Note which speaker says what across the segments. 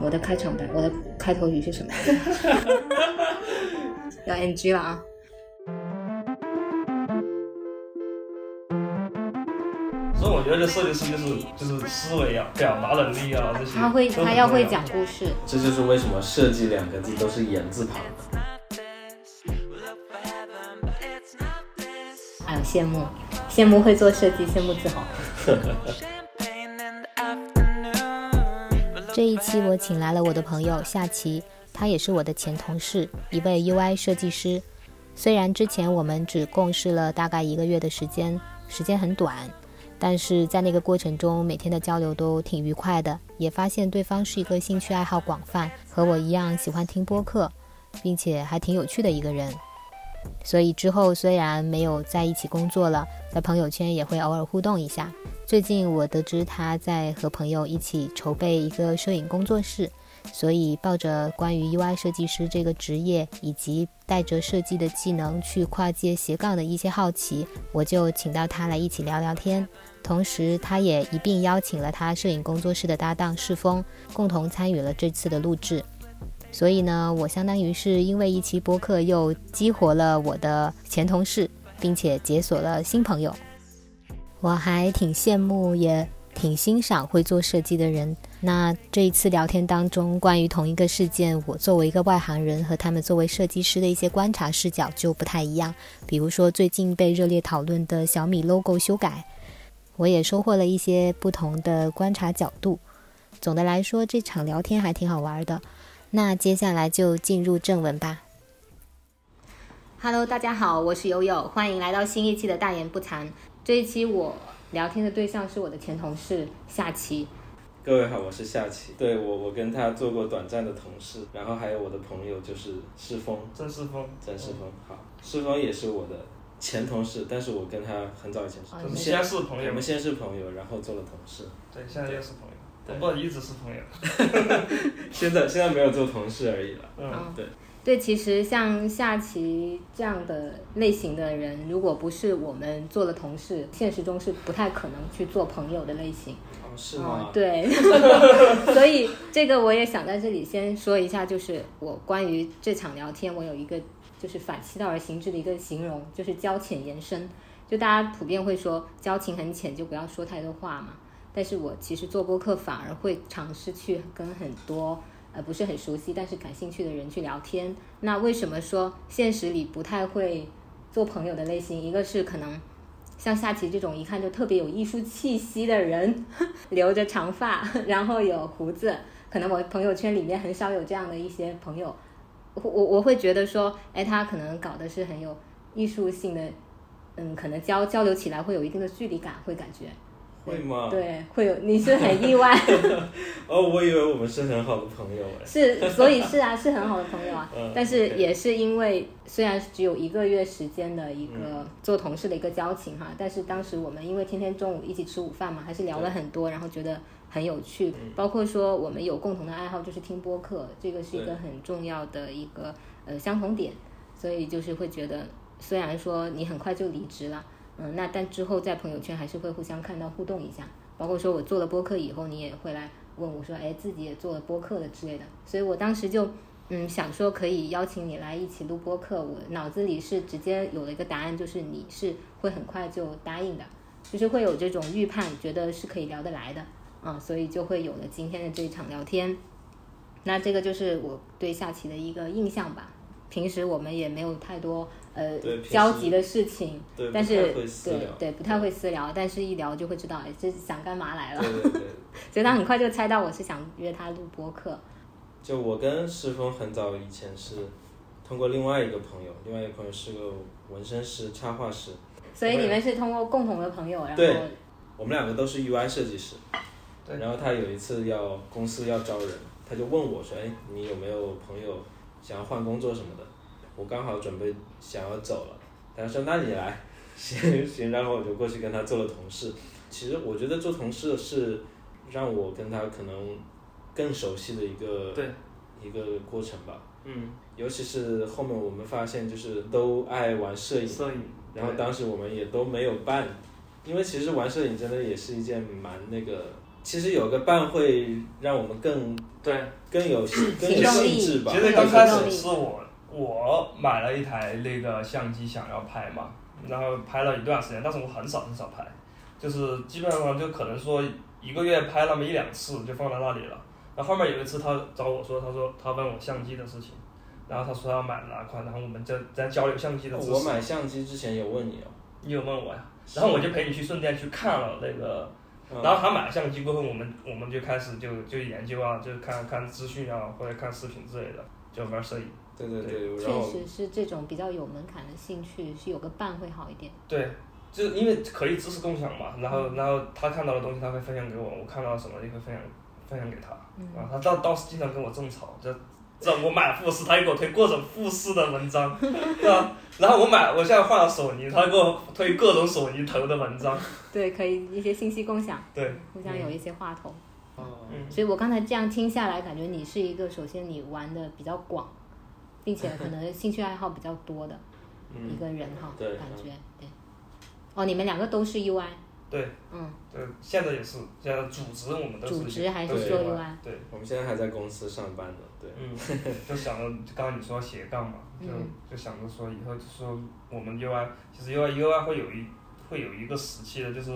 Speaker 1: 我的开场白，我的开头语是什么？要 NG 了啊！
Speaker 2: 所以我觉得这设计师就是就是思维啊、表达能力啊这些。
Speaker 1: 他会，他要会讲故事。
Speaker 3: 这就是为什么“设计”两个字都是言字旁。
Speaker 1: 哎呦，羡慕，羡慕会做设计，羡慕自豪。
Speaker 4: 这一期我请来了我的朋友夏琪，他也是我的前同事，一位 UI 设计师。虽然之前我们只共事了大概一个月的时间，时间很短，但是在那个过程中，每天的交流都挺愉快的，也发现对方是一个兴趣爱好广泛，和我一样喜欢听播客，并且还挺有趣的一个人。所以之后虽然没有在一起工作了，在朋友圈也会偶尔互动一下。最近我得知他在和朋友一起筹备一个摄影工作室，所以抱着关于 UI 设计师这个职业以及带着设计的技能去跨界斜杠的一些好奇，我就请到他来一起聊聊天。同时，他也一并邀请了他摄影工作室的搭档世峰，共同参与了这次的录制。所以呢，我相当于是因为一期播客又激活了我的前同事，并且解锁了新朋友。我还挺羡慕，也挺欣赏会做设计的人。那这一次聊天当中，关于同一个事件，我作为一个外行人和他们作为设计师的一些观察视角就不太一样。比如说，最近被热烈讨论的小米 logo 修改，我也收获了一些不同的观察角度。总的来说，这场聊天还挺好玩的。那接下来就进入正文吧。
Speaker 1: Hello，大家好，我是友友，欢迎来到新一期的《大言不惭》。这一期我聊天的对象是我的前同事夏琪。
Speaker 3: 各位好，我是夏琪。对我，我跟他做过短暂的同事，然后还有我的朋友就是世峰，
Speaker 2: 郑世
Speaker 1: 哦
Speaker 2: 峰，
Speaker 3: 郑世峰。
Speaker 1: 嗯
Speaker 3: 好，世峰也是我的前同事，但是我跟他很早以前
Speaker 1: 哦
Speaker 3: 是，
Speaker 2: 我
Speaker 1: 你
Speaker 2: 们
Speaker 1: 是
Speaker 2: 先是朋
Speaker 3: 我
Speaker 2: 友
Speaker 3: 们，先是朋友，然后做了同事，
Speaker 2: 对，现在又是朋友，
Speaker 3: 对
Speaker 2: 不，一直是朋友。
Speaker 3: 现在现在没有做同事而已了。
Speaker 2: 嗯，
Speaker 3: 对
Speaker 1: 啊对，其实像夏琪这样的类型的人，如果不是我们做了同事，现实中是不太可能去做朋友的类型。
Speaker 3: 哦，是
Speaker 1: 哦
Speaker 3: 吗？，
Speaker 1: 对，所以这个我也想在这里先说一下，就是我关于这场聊天，我有一个就是反其道而行之的一个形容，就是交浅言深。就大家普遍会说交情很浅，就不要说太多话嘛。但是我其实做播客反而会尝试去跟很多呃不是很熟悉但是感兴趣的人去聊天。那为什么说现实里不太会做朋友的类型？一个是可能像夏琪这种一看就特别有艺术气息的人，留着长发，然后有胡子，可能我朋友圈里面很少有这样的一些朋友，我我我会觉得说，哎，他可能搞的是很有艺术性的，嗯，可能交交流起来会有一定的距离感，会感觉，
Speaker 3: 会吗？
Speaker 1: 对，会有，你是很意外，
Speaker 3: 哦，我以为我们是很好的朋友哎。
Speaker 1: 是，所以是啊，是很好的朋友啊。
Speaker 3: 嗯
Speaker 1: 但是
Speaker 3: 对
Speaker 1: 也是因为虽然只有一个月时间的一
Speaker 3: 嗯
Speaker 1: 个做同事的一个交情哈，但是当时我们因为天天中午一起吃午饭嘛，还是聊了很多，然后觉得很有趣，
Speaker 3: 嗯
Speaker 1: 包括说我们有共同的爱好就是听播客，这个是一个
Speaker 3: 对
Speaker 1: 很重要的一个呃相同点，所以就是会觉得虽然说你很快就离职了，嗯，那但之后在朋友圈还是会互相看到互动一下，包括说我做了播客以后，你也会来问我说，哎，自己也做了播客了之类的，所以我当时就嗯想说可以邀请你来一起录播客，我脑子里是直接有了一个答案，就是你是会很快就答应的，就是会有这种预判，觉得是可以聊得来的，啊，所以就会有了今天的这一场聊天。那这个就是我对下棋的一个印象吧。平时我们也没有太多呃
Speaker 3: 对平时
Speaker 1: 交集的事情，
Speaker 3: 对，
Speaker 1: 但
Speaker 3: 不
Speaker 1: 是
Speaker 3: 太会私
Speaker 1: 对
Speaker 3: 聊。
Speaker 1: 对不太会私聊，但是一聊就会知道，哎，这是想干嘛来了。
Speaker 3: 对对对。
Speaker 1: 所以他很快就猜到我是想约他录播客。
Speaker 3: 就我跟师峰很早以前是通过另外一个朋友，另外一个朋友是个纹身师、插画师，
Speaker 1: 所以你们是通过共同的朋友，然后
Speaker 3: 对我们两个都是 UI 设计师。
Speaker 2: 对
Speaker 3: 然后他有一次要公司要招人，他就问我说：“哎，你有没有朋友想要换工作什么的？”我刚好准备想要走了，他说：“那你来。” 行行，然后我就过去跟他做了同事。其实我觉得做同事是让我跟他可能更熟悉的一个
Speaker 2: 对
Speaker 3: 一个过程吧。
Speaker 2: 嗯，
Speaker 3: 尤其是后面我们发现，就是都爱玩摄影，
Speaker 2: 摄影，
Speaker 3: 然后
Speaker 2: 对
Speaker 3: 当时我们也都没有办，因为其实玩摄影真的也是一件蛮那个其实有个伴会让我们更
Speaker 2: 对，
Speaker 3: 更有更
Speaker 1: 行
Speaker 3: 有
Speaker 1: 动力
Speaker 3: 兴致吧。
Speaker 2: 其实刚开始是我我买了一台那个相机想要拍嘛，然后拍了一段时间，但是我很少很少拍，就是基本上就可能说一个月拍那么一两次就放在那里了。然后后面有一次他找我说，他说他问我相机的事情，然后他说要买哪款，然后我们在在交流相机的知
Speaker 3: 我
Speaker 2: 识。
Speaker 3: 买相机之前有问你哦，
Speaker 2: 你有问我呀？然后我就陪你去顺便去看了那个
Speaker 3: 嗯
Speaker 2: 然后他买相机过后，我们我们就开始就就研究啊，就看看资讯啊，或者看视频之类的，就玩摄影。
Speaker 3: 对对对，然
Speaker 1: 确
Speaker 3: 后
Speaker 1: 实是这种比较有门槛的兴趣，是有个伴会好一点。
Speaker 2: 对，就是因为可以知识共享嘛，然后然后他看到的东西他会分享给我，我看到了什么也会分享分享给他。啊，他倒倒是经常跟我种草，这这我买富士，他又给我推各种富士的文章， 对吧？然后我买我现在换了索尼，他给我推各种索尼头的文章，
Speaker 1: 对，可以一些信息共享，
Speaker 2: 对，
Speaker 1: 互相有一些话头。
Speaker 3: 哦
Speaker 2: 嗯，
Speaker 1: 所以我刚才这样听下来，感觉你是一个首先你玩的比较广，并且可能兴趣爱好比较多的一
Speaker 3: 嗯，
Speaker 1: 个人哈，
Speaker 3: 对
Speaker 1: 感觉
Speaker 2: 嗯
Speaker 1: 对。哦，你们两个都是 UI，
Speaker 2: 对
Speaker 1: 嗯，
Speaker 2: 对，现在也是，现在组织我们都是
Speaker 1: 组织还
Speaker 2: 都
Speaker 1: 是
Speaker 2: 是
Speaker 1: 说
Speaker 2: 一块
Speaker 1: UI？
Speaker 2: 对。
Speaker 3: 我们现在还在公司上班呢，对，
Speaker 2: 嗯， 就想着刚刚你说斜杠嘛，就、
Speaker 1: 嗯
Speaker 2: 就想着说以后就说我们 UI，其实 UI UI 会有一会有一个时期的，就是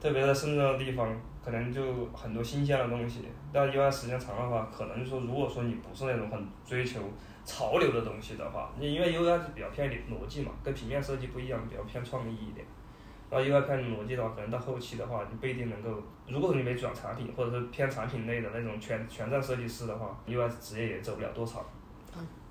Speaker 2: 特别在深圳的地方，可能就很多新鲜的东西。但 UI 时间长的话，可能说如果说你不是那种很追求潮流的东西的话，你因为 UI 是比较偏逻辑嘛，跟平面设计不一样，比较偏创意一点。然后 UI 偏逻辑的话，可能到后期的话，你不一定能够，如果你没转产品，或者是偏产品类的那种全全站设计师的话，UI 职业也走不了多长。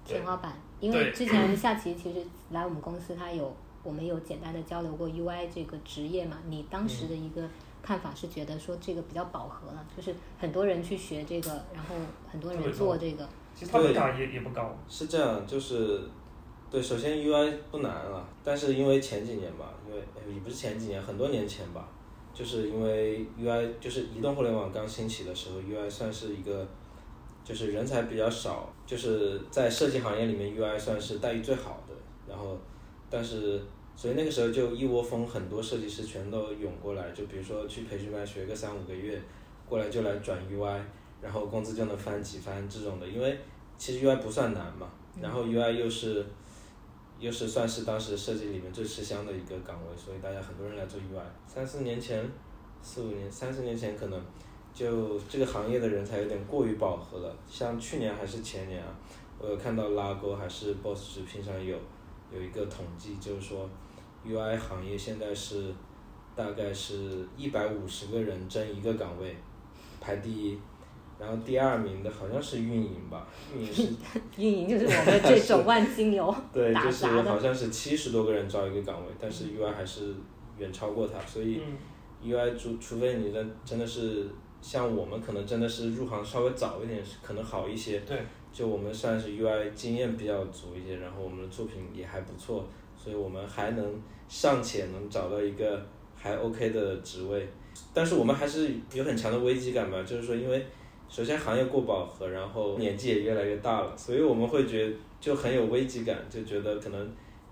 Speaker 2: 对
Speaker 1: 天花板，因为
Speaker 2: 对
Speaker 1: 之前夏琪其实来我们公司，他有我们有简单的交流过 UI 这个职业嘛。你当时的
Speaker 2: 嗯
Speaker 1: 一个看法是觉得说这个比较饱和了，就是很多人去学这个，然后很多人做这个，
Speaker 2: 其实它门槛也也不高，
Speaker 3: 是这样，就是对，首先 UI 不难啊，但是因为前几年吧，因为哎也不是前几年，很多年前吧，就是因为 UI 就是移动互联网刚兴起的时候，UI 算是一个就是人才比较少，就是在设计行业里面 UI 算是待遇最好的，然后但是。所以那个时候就一窝蜂，很多设计师全都涌过来，就比如说去培训班学个三五个月，过来就来转 UI，然后工资就能翻几番这种的，因为其实 UI 不算难嘛，然后 UI 又是又是算是当时设计里面最吃香的一个岗位，所以大家很多人来做 UI。三四年前，四五年、三四年前可能就这个行业的人才有点过于饱和了。像去年还是前年啊，我有看到拉勾还是 Boss 直聘上有有一个统计，就是说 UI 行业现在是大概是一百五十个人争一个岗位，排第一。然后第二名的好像是运营吧，运营是
Speaker 1: 运营就是我们 这种万金油
Speaker 3: 对，
Speaker 1: 打
Speaker 3: 就是
Speaker 1: 杂的。
Speaker 3: 好像是七十多个人招一个岗位，但是 UI 还是远超过它，所
Speaker 1: 嗯
Speaker 3: 以 UI 除除非你真真的是像我们可能真的是入行稍微早一点，可能好一些。
Speaker 2: 对，
Speaker 3: 就我们算是 UI 经验比较足一些，然后我们的作品也还不错，所以我们还能尚且能找到一个还 OK 的职位，但是我们还是有很强的危机感吧，就是说因为。首先行业过饱和，然后年纪也越来越大了，所以我们会觉就很有危机感，就觉得可能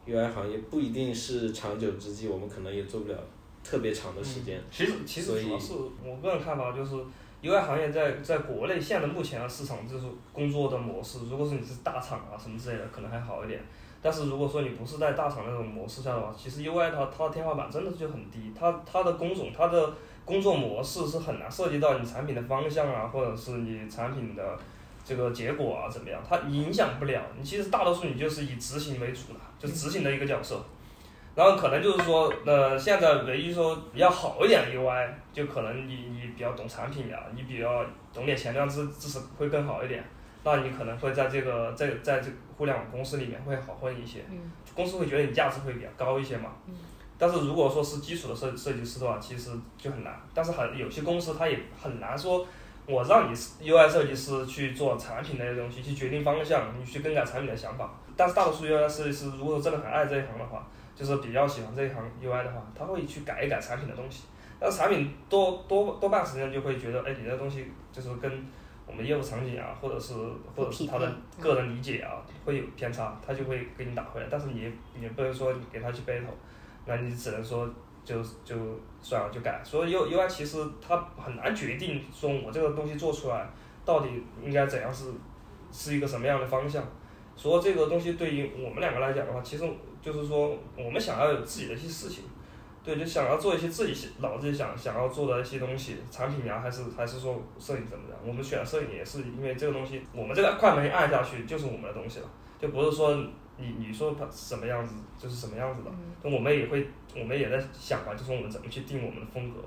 Speaker 3: UI 行业不一定是长久之计，我们可能也做不了特别长的时间。
Speaker 2: 嗯其实其
Speaker 3: 所
Speaker 2: 实
Speaker 3: 以
Speaker 2: 主要是我个人看法就是，UI 行业在在国内现在目前的市场就是工作的模式，如果说你是大厂啊什么之类的，可能还好一点。但是如果说你不是在大厂那种模式下的话，其实 UI 它它的天花板真的就很低，它它的工种它的工作模式是很难涉及到你产品的方向啊，或者是你产品的这个结果啊怎么样，它影响不了。你其实大多数你就是以执行为主了，就执行的一个角色。然后可能就是说，呃，现在唯一说比较好一点的 UI，就可能你你比较懂产品呀、你比较懂点前端知知识会更好一点。那你可能会在这个在在这个互联网公司里面会好混一些，
Speaker 1: 嗯
Speaker 2: 公司会觉得你价值会比较高一些嘛。但是如果说是基础的设设计师的话，其实就很难。但是很有些公司它也很难说，我让你 UI 设计师去做产品类的东西，去决定方向，你去更改产品的想法。但是大多数 UI 设计师如果真的很爱这一行的话，就是比较喜欢这一行 UI 的话，他会去改一改产品的东西。但是产品多多多半时间就会觉得，哎，你这东西就是跟我们业务场景啊，或者是或者是他的
Speaker 1: 嗯
Speaker 2: 个人理解啊，会有偏差，他就会给你打回来。但是你也你也不能说你给他去 battle，那你只能说就就算了，就改。所以 U U I 其实它很难决定说我这个东西做出来到底应该怎样是是一个什么样的方向。所以这个东西对于我们两个来讲的话，其实就是说我们想要有自己的一些事情，对，就想要做一些自己脑子里想想要做的一些东西，产品啊呀、还是还是说摄影怎么样？我们选摄影也是因为这个东西，我们这个快门一按下去就是我们的东西了，就不是说你你说它什么样子就是什么样子的。
Speaker 1: 嗯
Speaker 2: 那我们也会，我们也在想啊，就是我们怎么去定我们的风格，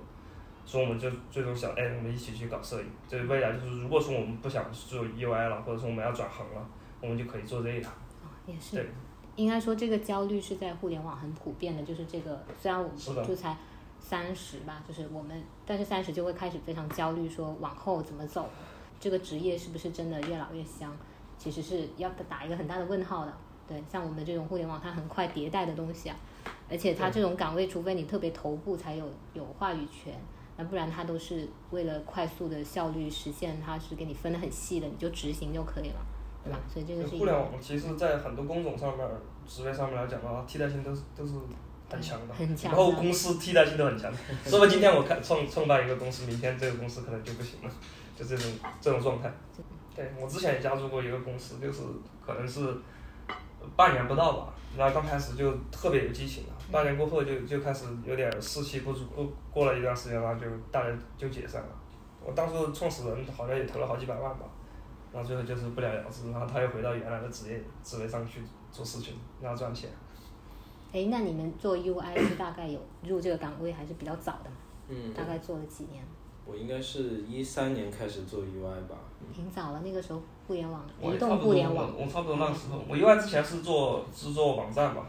Speaker 2: 所以我们就最终想，哎，我们一起去搞摄影。这未来就是，如果说我们不想做 UI 了，或者说我们要转行了，我们就可以做这一行。
Speaker 1: 哦也是
Speaker 2: 对。
Speaker 1: 应该说，这个焦虑是在互联网很普遍的，就是这个。虽然我
Speaker 2: 是的
Speaker 1: 们就才三十吧，就是我们，但是三十就会开始非常焦虑，说往后怎么走，这个职业是不是真的越老越香？其实是要打一个很大的问号的。对，像我们这种互联网，它很快迭代的东西啊，而且它这种岗位，除非你特别头部才有有话语权，那不然它都是为了快速的效率实现，它是给你分的很细的，你就执行就可以了，对吧？所以这个是一
Speaker 2: 互
Speaker 1: 个
Speaker 2: 联网其实，在很多工种上面、职位上面来讲的话，替代性都是都是很强的。
Speaker 1: 很强
Speaker 2: 然
Speaker 1: 的。
Speaker 2: 后公司替代性都很强，说不定今天我开创创办一个公司，明天这个公司可能就不行了，就这种这种状态。对我之前也加入过一个公司，就是可能是呃半年不到吧，然后刚开始就特别有激情了，啊半年过后就就开始有点士气不足，过过了一段时间，然后就大家就解散了。我当初创始人好像也投了好几百万吧，然后最后就是不了了之，然后他又回到原来的职业职位上去做事情，然后赚钱。
Speaker 1: 哎，那你们做 UI 是大概有入这个岗位还是比较早的嘛？
Speaker 3: 嗯，
Speaker 1: 大概做了几年？
Speaker 3: 我应该是一三年开始做 UI 吧，
Speaker 1: 挺早了，那个时候互联网、
Speaker 2: 我
Speaker 1: 移
Speaker 2: 也差
Speaker 1: 动
Speaker 2: 不
Speaker 1: 互
Speaker 2: 多，
Speaker 1: 联网，
Speaker 2: 我我差不多那个时候，我 UI 之前是做是做网站嘛，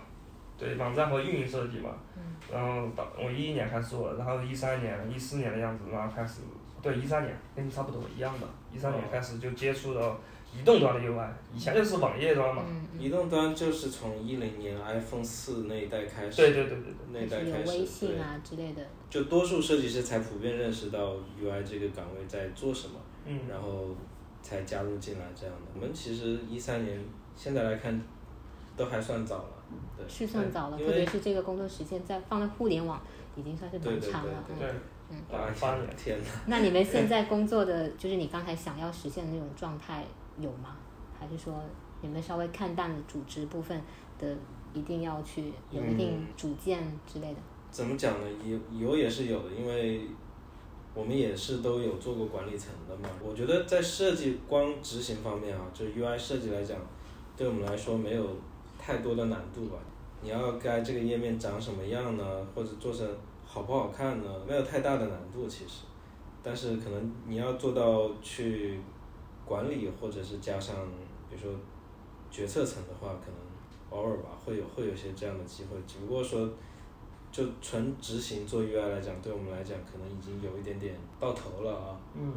Speaker 2: 对，网站和运营设计嘛，
Speaker 1: 嗯
Speaker 2: 然后到我一一年开始做的，然后一三年、一四年的样子，然后开始，对，一三年跟你差不多一样的，一三年开始就接触到移动端的 UI，以前就是网页端嘛，
Speaker 1: 嗯
Speaker 3: 移动端就是从一零年 iPhone 四那一代开始，
Speaker 2: 对对对对对，
Speaker 3: 那一代
Speaker 1: 就是
Speaker 3: 开
Speaker 1: 有
Speaker 3: 始，
Speaker 1: 微信啊之类的。
Speaker 3: 对，就多数设计师才普遍认识到 UI 这个岗位在做什么。
Speaker 2: 嗯，
Speaker 3: 然后才加入进来这样的。我们其实一三年现在来看，都还算早了，对，
Speaker 1: 是算早了，
Speaker 3: 因
Speaker 1: 特
Speaker 3: 为
Speaker 1: 别是这个工作时间在放在互联网已经算是
Speaker 3: 对
Speaker 1: 蛮
Speaker 3: 对
Speaker 1: 长了。
Speaker 3: 对
Speaker 2: 对，
Speaker 3: 八
Speaker 2: 嗯八年。
Speaker 3: 天呐，
Speaker 1: 嗯那你们现 在工作的，就是你刚才想要实现的那种状态有吗？还是说你们稍微看淡了组织部分的，一定要去有一定
Speaker 3: 嗯
Speaker 1: 主见之类的？
Speaker 3: 怎么讲呢？有有也是有的，因为我们也是都有做过管理层的嘛。我觉得在设计光执行方面啊，就 UI 设计来讲，对我们来说没有太多的难度吧。你要该这个页面长什么样呢，或者做成好不好看呢，没有太大的难度其实。但是可能你要做到去管理，或者是加上比如说决策层的话，可能偶尔吧会有会有些这样的机会，只不过说。就纯执行做 UI 来讲，对我们来讲可能已经有一点点到头了啊，
Speaker 2: 嗯，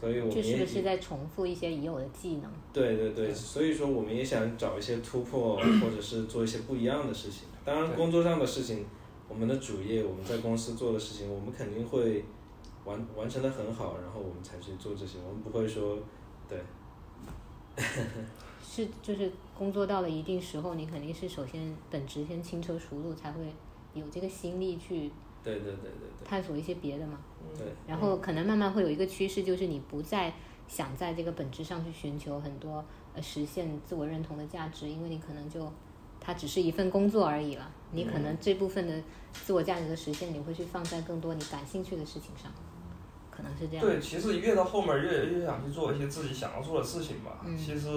Speaker 3: 所以我们
Speaker 1: 就是
Speaker 3: 也
Speaker 1: 不是在重复一些已有的技能？
Speaker 3: 对对对，所以说我们也想找一些突破， 或者是做一些不一样的事情。当然，
Speaker 2: 对
Speaker 3: 工作上的事情，我们的主业，我们在公司做的事情，我们肯定会完完成的很好，然后我们才去做这些，我们不会说
Speaker 1: 是就是工作到了一定时候，你肯定是首先本职先轻车熟路，才会有这个心力去
Speaker 3: 对对对对
Speaker 1: 探索一些别的嘛。
Speaker 2: 嗯
Speaker 3: 对
Speaker 1: 然后可能慢慢会有一个趋势，就是你不再想在这个本质上去寻求很多呃实现自我认同的价值，因为你可能就它只是一份工作而已了。你可能这部分的自我价值的实现，你会去放在更多你感兴趣的事情上，可能是这样。
Speaker 2: 对，其实越到后面越越想去做一些自己想要做的事情吧。
Speaker 1: 嗯
Speaker 2: 其实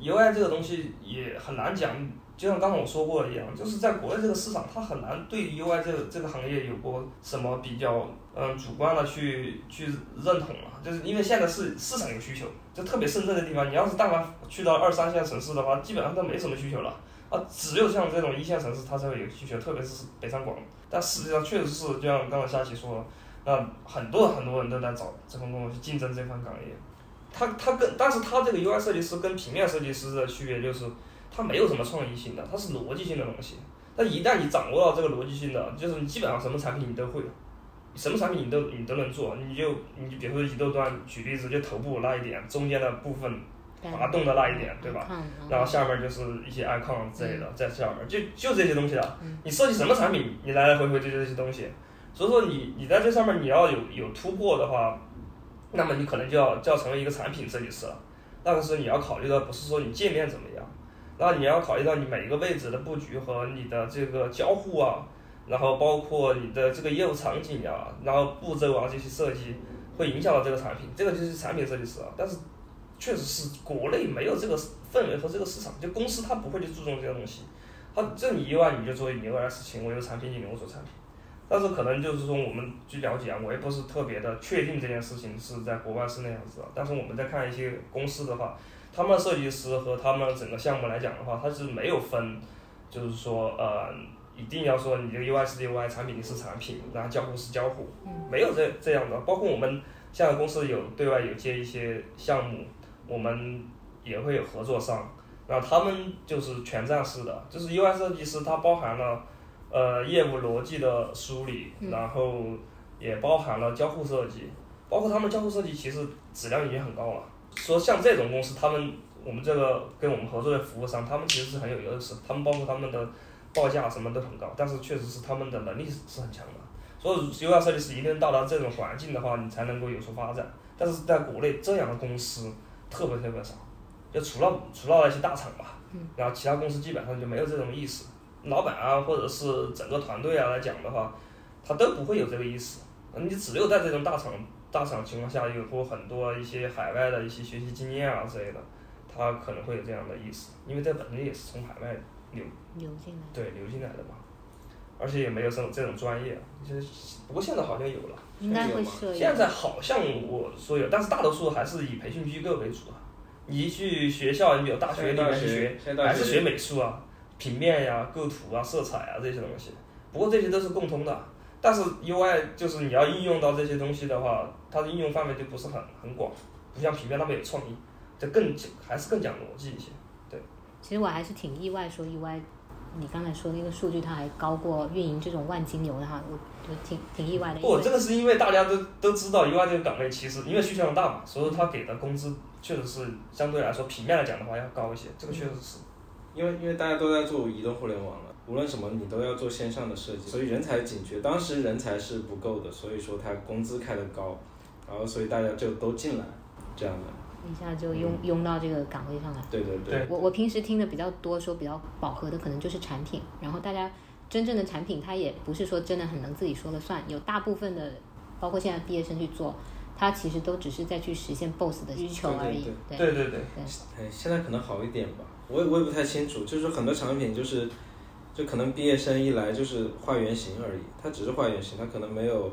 Speaker 2: UI 这个东西也很难讲，就像刚刚我说过一样，就是在国内这个市场，它很难对 UI 这个这个行业有过什么比较嗯主观的去去认同了、就是因为现在是市场有需求，就特别深圳的地方，你要是但凡去到二三线城市的话，基本上都没什么需求了。啊，只有像这种一线城市，它才会有需求，特别是北上广。但实际上，确实是就像刚才夏琪说的，那很多很多人都在找这份工作去竞争这份岗业。他他跟，但是他这个 UI 设计师跟平面设计师的区别就是，他没有什么创意性的，它是逻辑性的东西。但一旦你掌握到这个逻辑性的，就是你基本上什么产品你都会，什么产品你都你都能做。你就你比如说移动端举例子，就头部那一点，中间的部分滑动的那一点，对吧？
Speaker 1: 看，
Speaker 2: 然后下面就是一些 icon 之类的，在下面就就这些东西了。你设计什么产品，你来来回回就这些东西。所以说你你在这上面你要有有突破的话，那么你可能就要就要成为一个产品设计师了。那个时候你要考虑到不是说你界面怎么样，然后你要考虑到你每一个位置的布局和你的这个交互啊，然后包括你的这个业务场景啊，然后步骤啊这些设计会影响到这个产品，这个就是产品设计师啊。但是确实是国内没有这个氛围和这个市场，就公司它不会去注重这个东西，它这你意外你就做你意外的事情，我有产品经理我做产品，但是可能就是说我们据了解啊，我也不是特别的确定这件事情是在国外是那样子的，啊但是我们在看一些公司的话，他们的设计师和他们整个项目来讲的话，它是没有分，就是说呃。一定要说你这个 UI 是 UI，产品是产品，然后交互是交互，没有这这样的。包括我们现在公司有对外有接一些项目，我们也会有合作商，然后他们就是全站式的，就是 UI 设计师，它包含了呃业务逻辑的梳理，然后也包含了交互设计，包括他们交互设计其实质量已经很高了。说像这种公司，他们我们这个跟我们合作的服务商，他们其实是很有优势，他们包括他们的报价什么都很高，但是确实是他们的能力是是很强的。所以 UI 设计师一定到达这种环境的话，你才能够有所发展。但是在国内这样的公司，特别特别少，就除了除了那些大厂吧，然后其他公司基本上就没有这种意识。老板啊，或者是整个团队啊来讲的话，他都不会有这个意识。你只有在这种大厂大厂情况下，有过很多一些海外的一些学习经验啊之类的，他可能会有这样的意识，因为这本身也是从海外流
Speaker 4: 流进来。
Speaker 2: 对流进来的嘛，而且也没有这种这种专业。就是不过现在好像有了。
Speaker 1: 应该会设一
Speaker 2: 现
Speaker 1: 个。
Speaker 2: 在好像我说有，但是大多数还是以培训机构为主啊。你去学校，你有大学
Speaker 3: 现
Speaker 2: 里
Speaker 3: 在大
Speaker 2: 面去
Speaker 3: 学
Speaker 2: 学，，
Speaker 3: 现在大
Speaker 2: 还是学
Speaker 3: 学
Speaker 2: 美术啊、平面呀、构图啊、色彩啊这些东西。不过这些都是共通的，但是 UI 就是你要应用到这些东西的话，它的应用范围就不是很很广，不像平面那么有创意，这更还是更讲逻辑一些。
Speaker 1: 其实我还是挺意外，说意外，你刚才说那个数据，它还高过运营这种万金牛的哈，我我挺挺意外的。因
Speaker 2: 不，
Speaker 1: 为
Speaker 2: 这个是因为大家都都知道 UI 这个岗位其实因为需求量大嘛，所以说他给的工资确实是相对来说平面来讲的话要高一些，这个确实是。
Speaker 3: 因为因为大家都在做移动互联网了，无论什么你都要做线上的设计，所以人才紧缺。当时人才是不够的，所以说他工资开得高，然后所以大家就都进来，这样的。
Speaker 1: 一下就拥拥到这个岗位上来。
Speaker 3: 对对对，
Speaker 2: 对
Speaker 1: 我我平时听的比较多，说比较饱和的可能就是产品，然后大家真正的产品，它也不是说真的很能自己说了算，有大部分的，包括现在毕业生去做，他其实都只是在去实现 BOSS 的需求而已。对
Speaker 2: 对对对，
Speaker 3: 哎，现在可能好一点吧，我也我也不太清楚，就是很多产品就是，就可能毕业生一来就是画原型而已，他只是画原型，他可能没有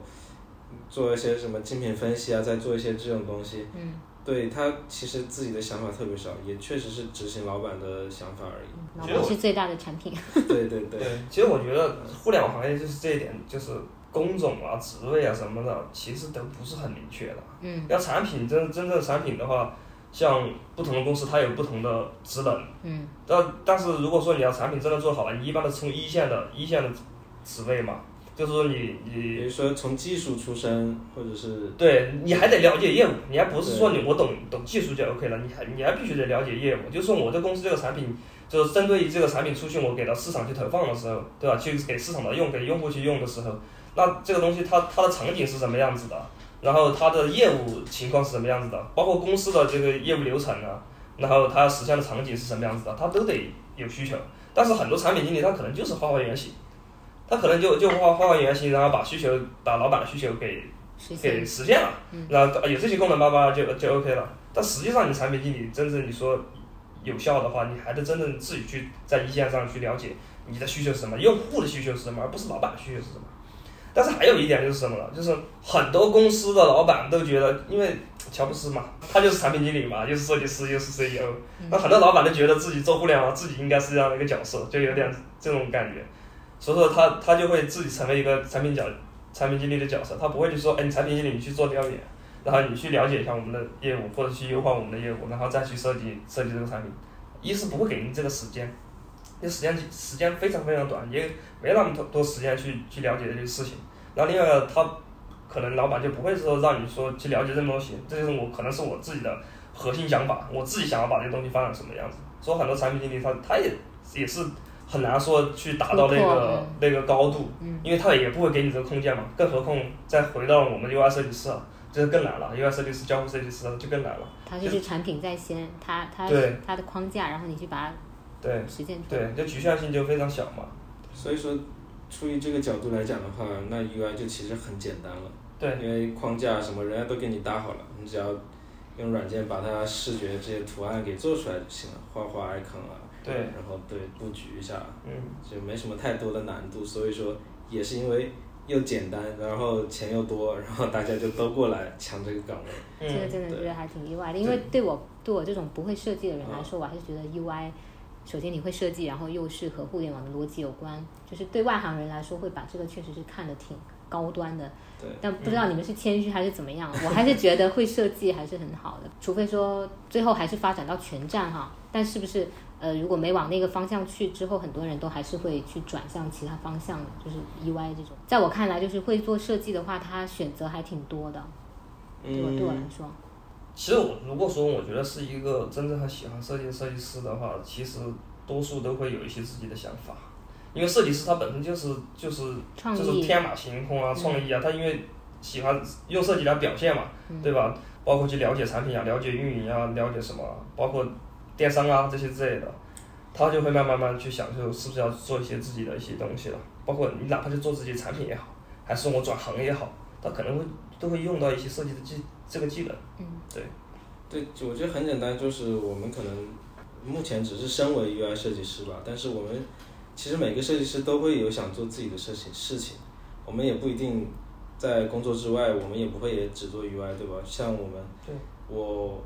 Speaker 3: 做一些什么竞品分析啊，再做一些这种东西。嗯。对他其实自己的想法特别少，也确实是执行老板的想法而已。
Speaker 1: 老板是最大的产品。
Speaker 3: 对对对，
Speaker 2: 其实我觉得互联网行业就是这一点，就是工种啊、职位啊什么的，其实都不是很明确的。
Speaker 1: 嗯，
Speaker 2: 要产品真真正产品的话，像不同的公司它有不同的职能。
Speaker 1: 嗯，
Speaker 2: 但但是如果说你要产品真的做好了，你一般都是从一线的一线的职位嘛，就是说你
Speaker 3: 比
Speaker 2: 你
Speaker 3: 如说从技术出身，或者是
Speaker 2: 对，你还得了解业务，你还不是说你我懂懂技术就 OK 了，你还你还必须得了解业务。就是说我这公司这个产品，就是针对于这个产品出去，我给到市场去投放的时候，对吧？去给市场的用，给用户去用的时候，那这个东西它它的场景是什么样子的，然后它的业务情况是什么样子的，包括公司的这个业务流程啊，然后它实现的场景是什么样子的，它都得有需求。但是很多产品经理他可能就是画画原型，他可能就就画画画原型，然后把需求把老板的需求给
Speaker 1: 实
Speaker 2: 给
Speaker 1: 现。
Speaker 2: 实现了，然后有这些功能叭叭就就 OK 了。但实际上，你产品经理真正你说有效的话，你还得真正自己去在一线上去了解你的需求是什么，用户的需求是什么，而不是老板的需求是什么。但是还有一点就是什么呢？就是很多公司的老板都觉得，因为乔布斯嘛，他就是产品经理嘛，又是设计师，又是 CEO，那很多老板都觉得自己做互联网，自己应该是这样的一个角色，就有点这种感觉。所以说他他就会自己成为一个产品角产品经理的角色，他不会去说，哎，你产品经理你去做调研，然后你去了解一下我们的业务，或者去优化我们的业务，然后再去设计设计这个产品。一是不会给你这个时间，这时间时间非常非常短，也没那么多多时间去去了解这些事情。然后另外他可能老板就不会说让你说去了解这么多东西，这就是我可能是我自己的核心想法，我自己想要把这个东西发展什么样子。所以很多产品经理他他也也是很难说去达到那
Speaker 1: 突破
Speaker 2: 个
Speaker 1: 嗯
Speaker 2: 那个高度，
Speaker 1: 嗯
Speaker 2: 因为他也不会给你这个空间嘛。更何况再回到我们 UI 设计师啊，这更难了，UI 设计师、交互设计师啊就更难了。
Speaker 1: 它就是产品在先，它它
Speaker 2: 对
Speaker 1: 它的框架，然后你去把
Speaker 2: 对
Speaker 1: 它实践出来。
Speaker 2: 对，就局限性就非常小嘛。
Speaker 3: 所以说，出于这个角度来讲的话，那 UI 就其实很简单了，
Speaker 2: 对，
Speaker 3: 因为框架什么人家都给你搭好了，你只要用软件把它视觉这些图案给做出来就行了，画画 icon 啊，
Speaker 2: 对
Speaker 3: 然后对布局一下，
Speaker 2: 嗯，
Speaker 3: 就没什么太多的难度，所以说也是因为又简单，然后钱又多，然后大家就都过来抢这个岗位。
Speaker 2: 嗯
Speaker 1: 这个真的觉得还挺意外的，因为对我对我这种不会设计的人来说，我还是觉得 UI，首先你会设计，然后又是和互联网的逻辑有关，就是对外行人来说会把这个确实是看得挺高端的。
Speaker 3: 对
Speaker 1: 但不知道你们是谦虚还是怎么样，我还是觉得会设计还是很好的，除非说最后还是发展到全站哈。但是不是呃，如果没往那个方向去之后，很多人都还是会去转向其他方向的，就是 UI 这种。在我看来，就是会做设计的话，他选择还挺多的，对我对我来
Speaker 3: 嗯，
Speaker 1: 说。
Speaker 2: 其实我如果说我觉得是一个真正很喜欢设计的设计师的话，其实多数都会有一些自己的想法，因为设计师他本身就是就是
Speaker 1: 创
Speaker 2: 就是
Speaker 1: 意，嗯
Speaker 2: 天马行空啊，创意啊，他因为喜欢用设计来表现嘛，对吧？包括去了解产品啊，了解运营啊，了解什么啊，包括电商啊这些之类的，他就会慢慢慢去想，就是不是要做一些自己的一些东西了。包括你哪怕是做自己的产品也好，还是我转行也好，他可能会都会用到一些设计的技这个技能。
Speaker 3: 对，就我觉得很简单，就是我们可能目前只是身为 UI 设计师吧，但是我们其实每个设计师都会有想做自己的事情事情，我们也不一定在工作之外，我们也不会也只做 UI 对吧？像我们，
Speaker 2: 对
Speaker 3: 我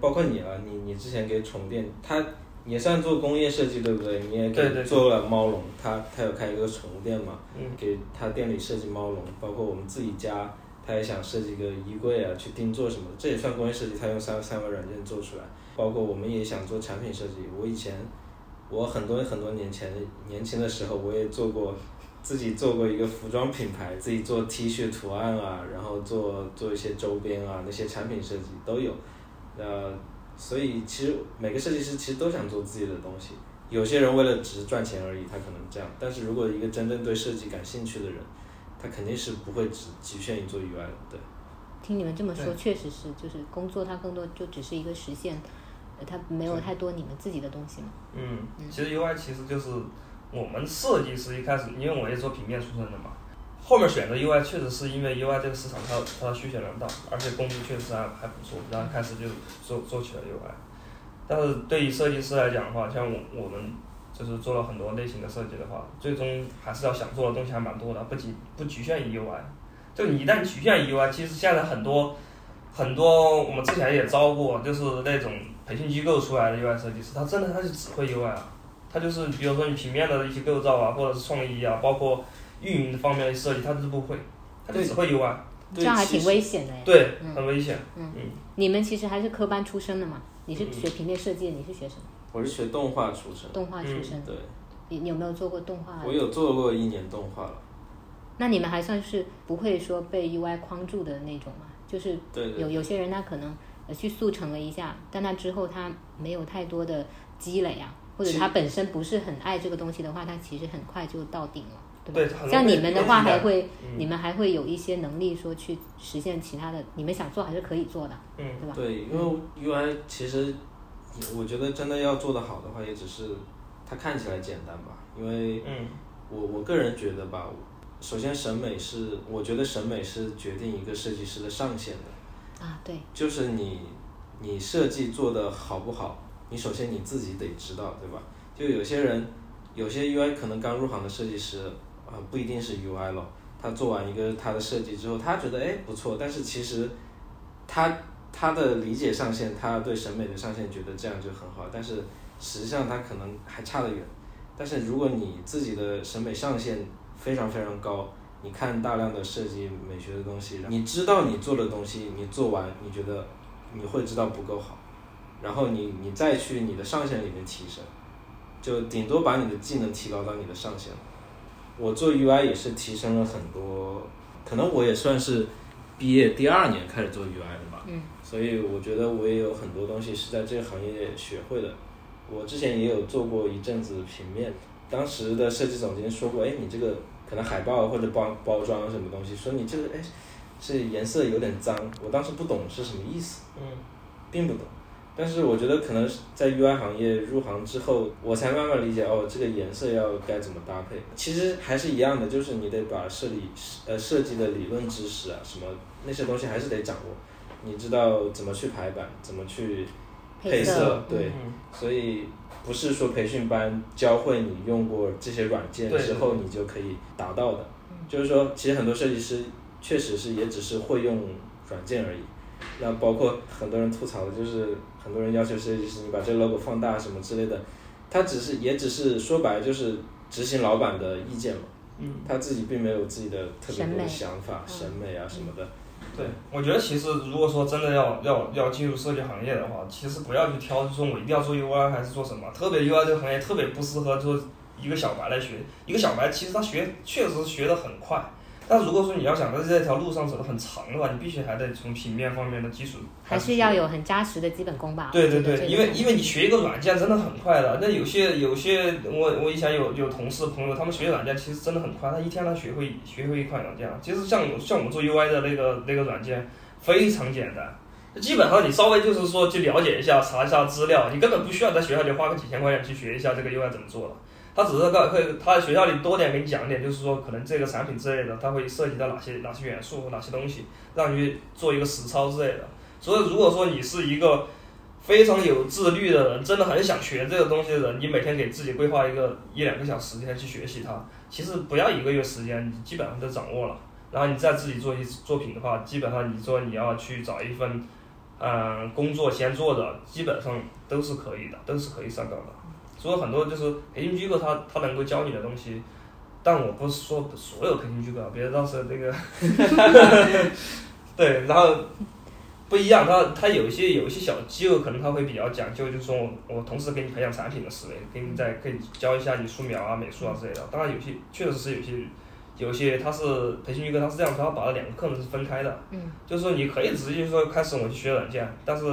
Speaker 3: 包括你啊，你你之前给宠物店，他也算做工业设计对不对？你也
Speaker 2: 对对
Speaker 3: 给
Speaker 2: 对
Speaker 3: 做了猫笼，他他有开一个宠物店嘛，
Speaker 2: 嗯，
Speaker 3: 给他店里设计猫笼，包括我们自己家，他也想设计个衣柜啊，去定做什么的，这也算工业设计，他用三三维软件做出来。包括我们也想做产品设计，我以前我很多很多年前年轻的时候，我也做过自己做过一个服装品牌，自己做 T 恤图案啊，然后做做一些周边啊，那些产品设计都有。呃，所以其实每个设计师其实都想做自己的东西。有些人为了只是赚钱而已，他可能这样。但是如果一个真正对设计感兴趣的人，他肯定是不会只局限于做 UI 的。对，
Speaker 1: 听你们这么说，
Speaker 2: 对
Speaker 1: 确实是，就是工作它更多就只是一个实现，呃它没有
Speaker 2: 对
Speaker 1: 太多你们自己的东西嘛。
Speaker 2: 嗯
Speaker 1: 嗯，
Speaker 2: 其实 UI 其实就是我们设计师一开始，因为我也做平面出身的嘛，后面选择 UI 确实是因为 UI 这个市场它它的需求量大，而且工资确实还还不错，然后开始就做做起了 UI。但是对于设计师来讲的话，像我我们就是做了很多类型的设计的话，最终还是要想做的东西还蛮多的，不局不局限于 UI。就你一旦局限于 UI，其实现在很多很多我们之前也招过，就是那种培训机构出来的 UI 设计师，他真的他就只会 UI 啊，他就是比如说你平面的一些构造啊，或者是创意啊，包括啊运营方面的设计，他都不会，他就只会 UI，
Speaker 1: 这样还
Speaker 3: 其
Speaker 1: 挺
Speaker 3: 实
Speaker 1: 危险的呀。
Speaker 2: 对，
Speaker 1: 嗯
Speaker 2: 很危险。
Speaker 1: 你们其实还是科班出身的嘛？你是
Speaker 2: 嗯
Speaker 1: 学平面设计的，你是学什么？
Speaker 3: 我是学动画出身，
Speaker 1: 动画出身的。
Speaker 3: 对，
Speaker 1: 你你有没有做过动画啊
Speaker 3: 我？有做过一年动画了。
Speaker 1: 那你们还算是不会说被 UI 框住的那种嘛？就是
Speaker 3: 对对
Speaker 1: 有有些人他可能呃去速成了一下，但他之后他没有太多的积累啊，或者
Speaker 3: 其实
Speaker 1: 他本身不是很爱这个东西的话，他其实很快就到顶了，对吧？
Speaker 2: 对，很多
Speaker 1: 像你们的话，
Speaker 2: 被
Speaker 1: 还会、
Speaker 2: 嗯
Speaker 1: 你们还会有一些能力说去实现其他的，你们想做还是可以做的，
Speaker 2: 嗯
Speaker 1: 对吧？
Speaker 3: 对，因为 UI 其实我觉得真的要做得好的话，也只是它看起来简单吧，因为
Speaker 2: 嗯
Speaker 3: 我我个人觉得吧，首先审美是，我觉得审美是决定一个设计师的上限的，
Speaker 1: 啊，对，
Speaker 3: 就是你你设计做的好不好，你首先你自己得知道，对吧？就有些人，有些 UI 可能刚入行的设计师，啊、不一定是 UI 咯，他做完一个他的设计之后，他觉得哎不错，但是其实他他的理解上限，他对审美的上限，觉得这样就很好，但是实际上他可能还差得远。但是如果你自己的审美上限非常非常高，你看大量的设计美学的东西，你知道你做的东西，你做完你觉得你会知道不够好，然后你你再去你的上限里面提升，就顶多把你的技能提高到你的上限了。我做 UI 也是提升了很多，可能我也算是毕业第二年开始做 UI 的嘛，
Speaker 1: 嗯，
Speaker 3: 所以我觉得我也有很多东西是在这个行业学会的。我之前也有做过一阵子平面，当时的设计总监说过，哎，你这个可能海报或者包包装什么东西，说你这个哎是颜色有点脏，我当时不懂是什么意思。
Speaker 2: 嗯，
Speaker 3: 并不懂。但是我觉得可能是在 UI 行业入行之后，我才慢慢理解哦，这个颜色要该怎么搭配。其实还是一样的，就是你得把设计呃设计的理论知识啊，什么那些东西还是得掌握。你知道怎么去排版，怎么去配
Speaker 1: 配色
Speaker 3: 对，
Speaker 2: 嗯
Speaker 3: 所以不是说培训班教会你用过这些软件
Speaker 2: 对嗯
Speaker 3: 之后你就可以达到的，就是说，其实很多设计师确实是也只是会用软件而已。那包括很多人吐槽的就是，很多人要求设计师你把这个 logo 放大什么之类的，他只是也只是说白了就是执行老板的意见嘛，
Speaker 2: 嗯，
Speaker 3: 他自己并没有自己的特别
Speaker 1: 审
Speaker 3: 多的
Speaker 1: 美
Speaker 3: 想法、
Speaker 1: 嗯
Speaker 3: 审美啊什么的。
Speaker 2: 对，我觉得其实如果说真的要要要进入设计行业的话，其实不要去挑，说我一定要做 UI 还是做什么，特别 UI 这个行业特别不适合做一个小白来学。一个小白其实他学确实学得很快，但如果说你要想在这条路上走得很长的话，你必须还得从平面方面的基础
Speaker 1: 还是
Speaker 2: 学
Speaker 1: 要。有很扎实的基本功吧。
Speaker 2: 对
Speaker 1: 我觉
Speaker 2: 对
Speaker 1: 得这
Speaker 2: 对，
Speaker 1: 个
Speaker 2: 因为
Speaker 1: 是
Speaker 2: 因为你学一个软件真的很快的，那有些有些我我以前有有同事朋友，他们学软件其实真的很快，他一天他学会学会一款软件了。其实像我像我们做 UI 的那个那个软件非常简单，基本上你稍微就是说去了解一下，查一下资料，你根本不需要在学校里花个几千块钱去学一下这个 UI 怎么做了。他只是告会他在学校里多点给你讲一点，就是说可能这个产品之类的，它会涉及到哪些哪些元素、哪些东西，让你去做一个实操之类的。所以如果说你是一个非常有自律的人，真的很想学这个东西的人，你每天给自己规划一个一两个小时天去学习它，其实不要一个月时间，你基本上都掌握了。然后你再自己做一作品的话，基本上你说你要去找一份，嗯、工作先做的，基本上都是可以的，都是可以上岗的。所以很多就是培训机构它，它能够教你的东西，但我不是说所有培训机构，啊，别到时候那个 对，然后不一样，它它有一些有一些小机构可能它会比较讲究，就是说我我同时给你培养产品的思维，给你再给你教一下你素描啊、美术啊之类的。当然有些确实是有些有些它是培训机构它是这样，它把两个课程是分开的，
Speaker 1: 嗯，
Speaker 2: 就是说你可以直接说开始我去学软件，但是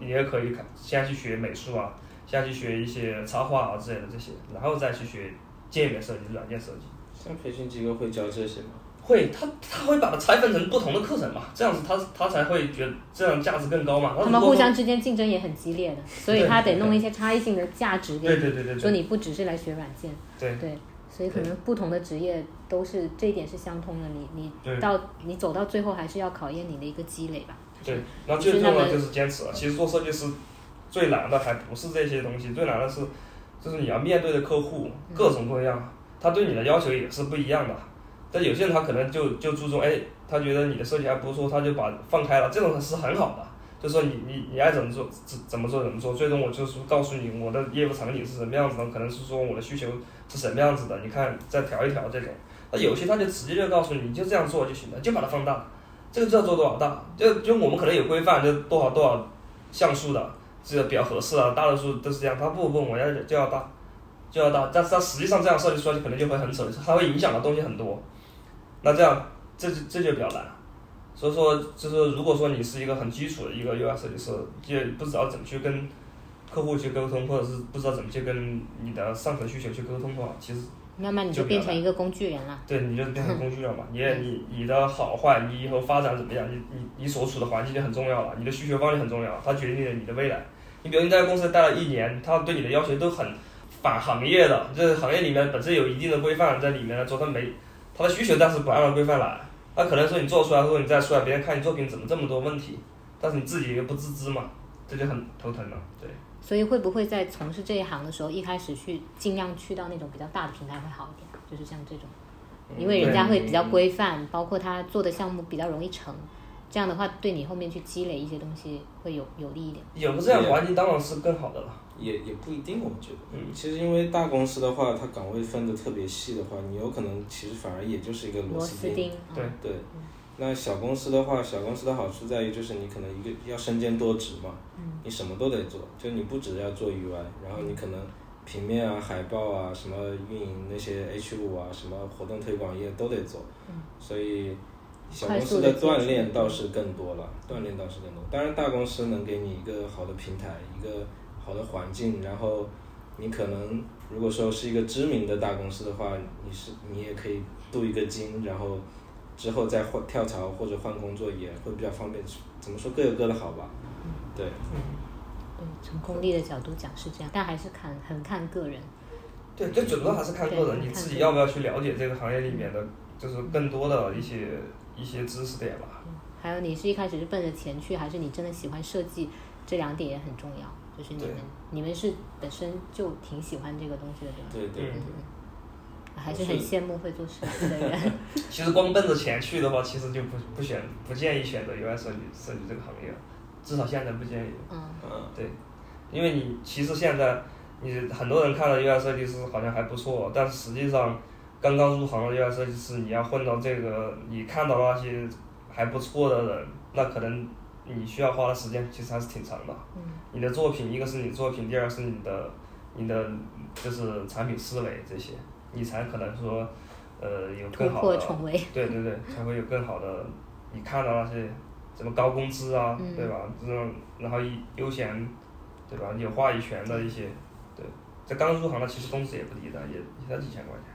Speaker 2: 你也可以开先去学美术啊，先去学一些插画啊之类的这些，然后再去学界面设计、软件设计。
Speaker 3: 像培训机构会教这些吗？
Speaker 2: 会，他他会把它拆分成不同的课程嘛，这样子他他才会觉得这样价值更高嘛。然后
Speaker 1: 他们
Speaker 2: 如果
Speaker 1: 互相之间竞争也很激烈的，所以
Speaker 2: 对
Speaker 1: 他得弄一些差异性的价值给
Speaker 2: 对
Speaker 1: 你，
Speaker 2: 对对对
Speaker 1: 说
Speaker 2: 对
Speaker 1: 你不只是来学软件，
Speaker 2: 对
Speaker 1: 对，所以可能不同的职业都是这一点是相通的，你
Speaker 2: 对
Speaker 1: 你到你走到最后还是要考验你的一个积累吧。
Speaker 2: 对，然后最重要的就是坚持了。其实做设计师最难的还不是这些东西，最难的是就是你要面对的客户各种各样，他对你的要求也是不一样的。但有些人他可能就就注重哎，他觉得你的设计还不错，他就把放开了，这种是很好的。就说你你你爱怎么做怎怎么做怎么做，最终我就是告诉你我的业务场景是什么样子的，可能是说我的需求是什么样子的，你看再调一调这种。那有些他就直接就告诉你，你就这样做就行了，就把它放大。这个就要做多少大，就就我们可能有规范，就多少多少像素的，这个比较合适啊，大多数都是这样。他不不，我要就要大，就要大，但是他实际上这样设计出来就可能就会很丑，它会影响的东西很多。那这样这就这就比较难，所以说就是如果说你是一个很基础的一个 UI 设计师，也不知道怎么去跟客户去沟通，或者是不知道怎么去跟你的上层需求去沟通的话，其实
Speaker 1: 慢慢你就
Speaker 2: 就
Speaker 1: 变
Speaker 2: 比较
Speaker 1: 成一个工具人了，
Speaker 2: 对，你就变成工具了嘛。你也你你的好坏，你以后发展怎么样，你你你所处的环境就很重要了，你的需求方向很重要，它决定了你的未来。你比如你在公司待了一年，他对你的要求都很反行业的，这行业里面本身有一定的规范在里面来做，他没他的需求，但是不按照规范来，他可能说你做出来后，你再出来，别人看你作品怎么这么多问题，但是你自己又不自知嘛，这就很头疼了。对，
Speaker 1: 所以会不会在从事这一行的时候，一开始去尽量去到那种比较大的平台会好一点，就是像这种。
Speaker 3: 嗯
Speaker 1: 因为人家会比较规范，包括他做的项目比较容易成，这样的话对你后面去积累一些东西会有有利一点。
Speaker 2: 有个这样的环境当然是更好的了。
Speaker 3: 也也不一定，我觉得。
Speaker 2: 嗯
Speaker 3: 其实因为大公司的话，它岗位分的特别细的话，你有可能其实反而也就是一个螺
Speaker 1: 螺
Speaker 3: 丝
Speaker 1: 丝
Speaker 3: 钉。
Speaker 1: 钉，
Speaker 2: 对
Speaker 1: 嗯
Speaker 3: 对。那小公司的话，小公司的好处在于就是你可能一个要身兼多职嘛，你什么都得做，就你不只要做 UI，然后你可能平面啊、海报啊、什么运营那些 H 五啊、什么活动推广业都得做，所以小公司的锻炼倒是更多了，锻炼倒是更多。当然，大公司能给你一个好的平台，一个好的环境，然后你可能如果说是一个知名的大公司的话，你是你也可以镀一个金，然后之后再换跳槽或者换工作也会比较方便。怎么说各有各的好吧？对，
Speaker 1: 对，嗯从功利的角度讲是这样，但还是看很看个人。
Speaker 2: 对，最主要还是看个人，
Speaker 1: 对
Speaker 2: 你
Speaker 1: 看
Speaker 2: 自
Speaker 1: 个
Speaker 2: 己
Speaker 1: 人
Speaker 2: 要不要去了解这个行业里面的，就是更多的一些一些知识点吧。
Speaker 1: 嗯还有你是一开始是奔着钱去，还是你真的喜欢设计？这两点也很重要。就是你们
Speaker 2: 对
Speaker 1: 你们是本身就挺喜欢这个东西的，对吧？
Speaker 3: 对对对。
Speaker 1: 还是很
Speaker 3: 我是
Speaker 1: 羡慕会做设计的 人。
Speaker 2: 其实光奔着钱去的话，其实就不不选不建议选择 UI 设计设计这个行业，至少现在不建议。
Speaker 1: 嗯，
Speaker 3: 嗯，
Speaker 2: 对，因为你其实现在你很多人看了 UI 设计师好像还不错，但实际上刚刚入行的 UI 设计师，你要混到这个你看到那些还不错的人，那可能你需要花的时间其实还是挺长的。
Speaker 1: 嗯、
Speaker 2: 你的作品，一个是你作品，第二是你的你的就是产品思维这些，你才可能说呃有
Speaker 1: 突
Speaker 2: 更好
Speaker 1: 破
Speaker 2: 的
Speaker 1: 重围。
Speaker 2: 对对对，才会有更好的。你看到那些什么高工资啊，
Speaker 1: 嗯
Speaker 2: 对吧？这种然后一悠闲，对吧？有话语权的一些，对，这刚入行的其实工资也不低的，也也才几千块钱，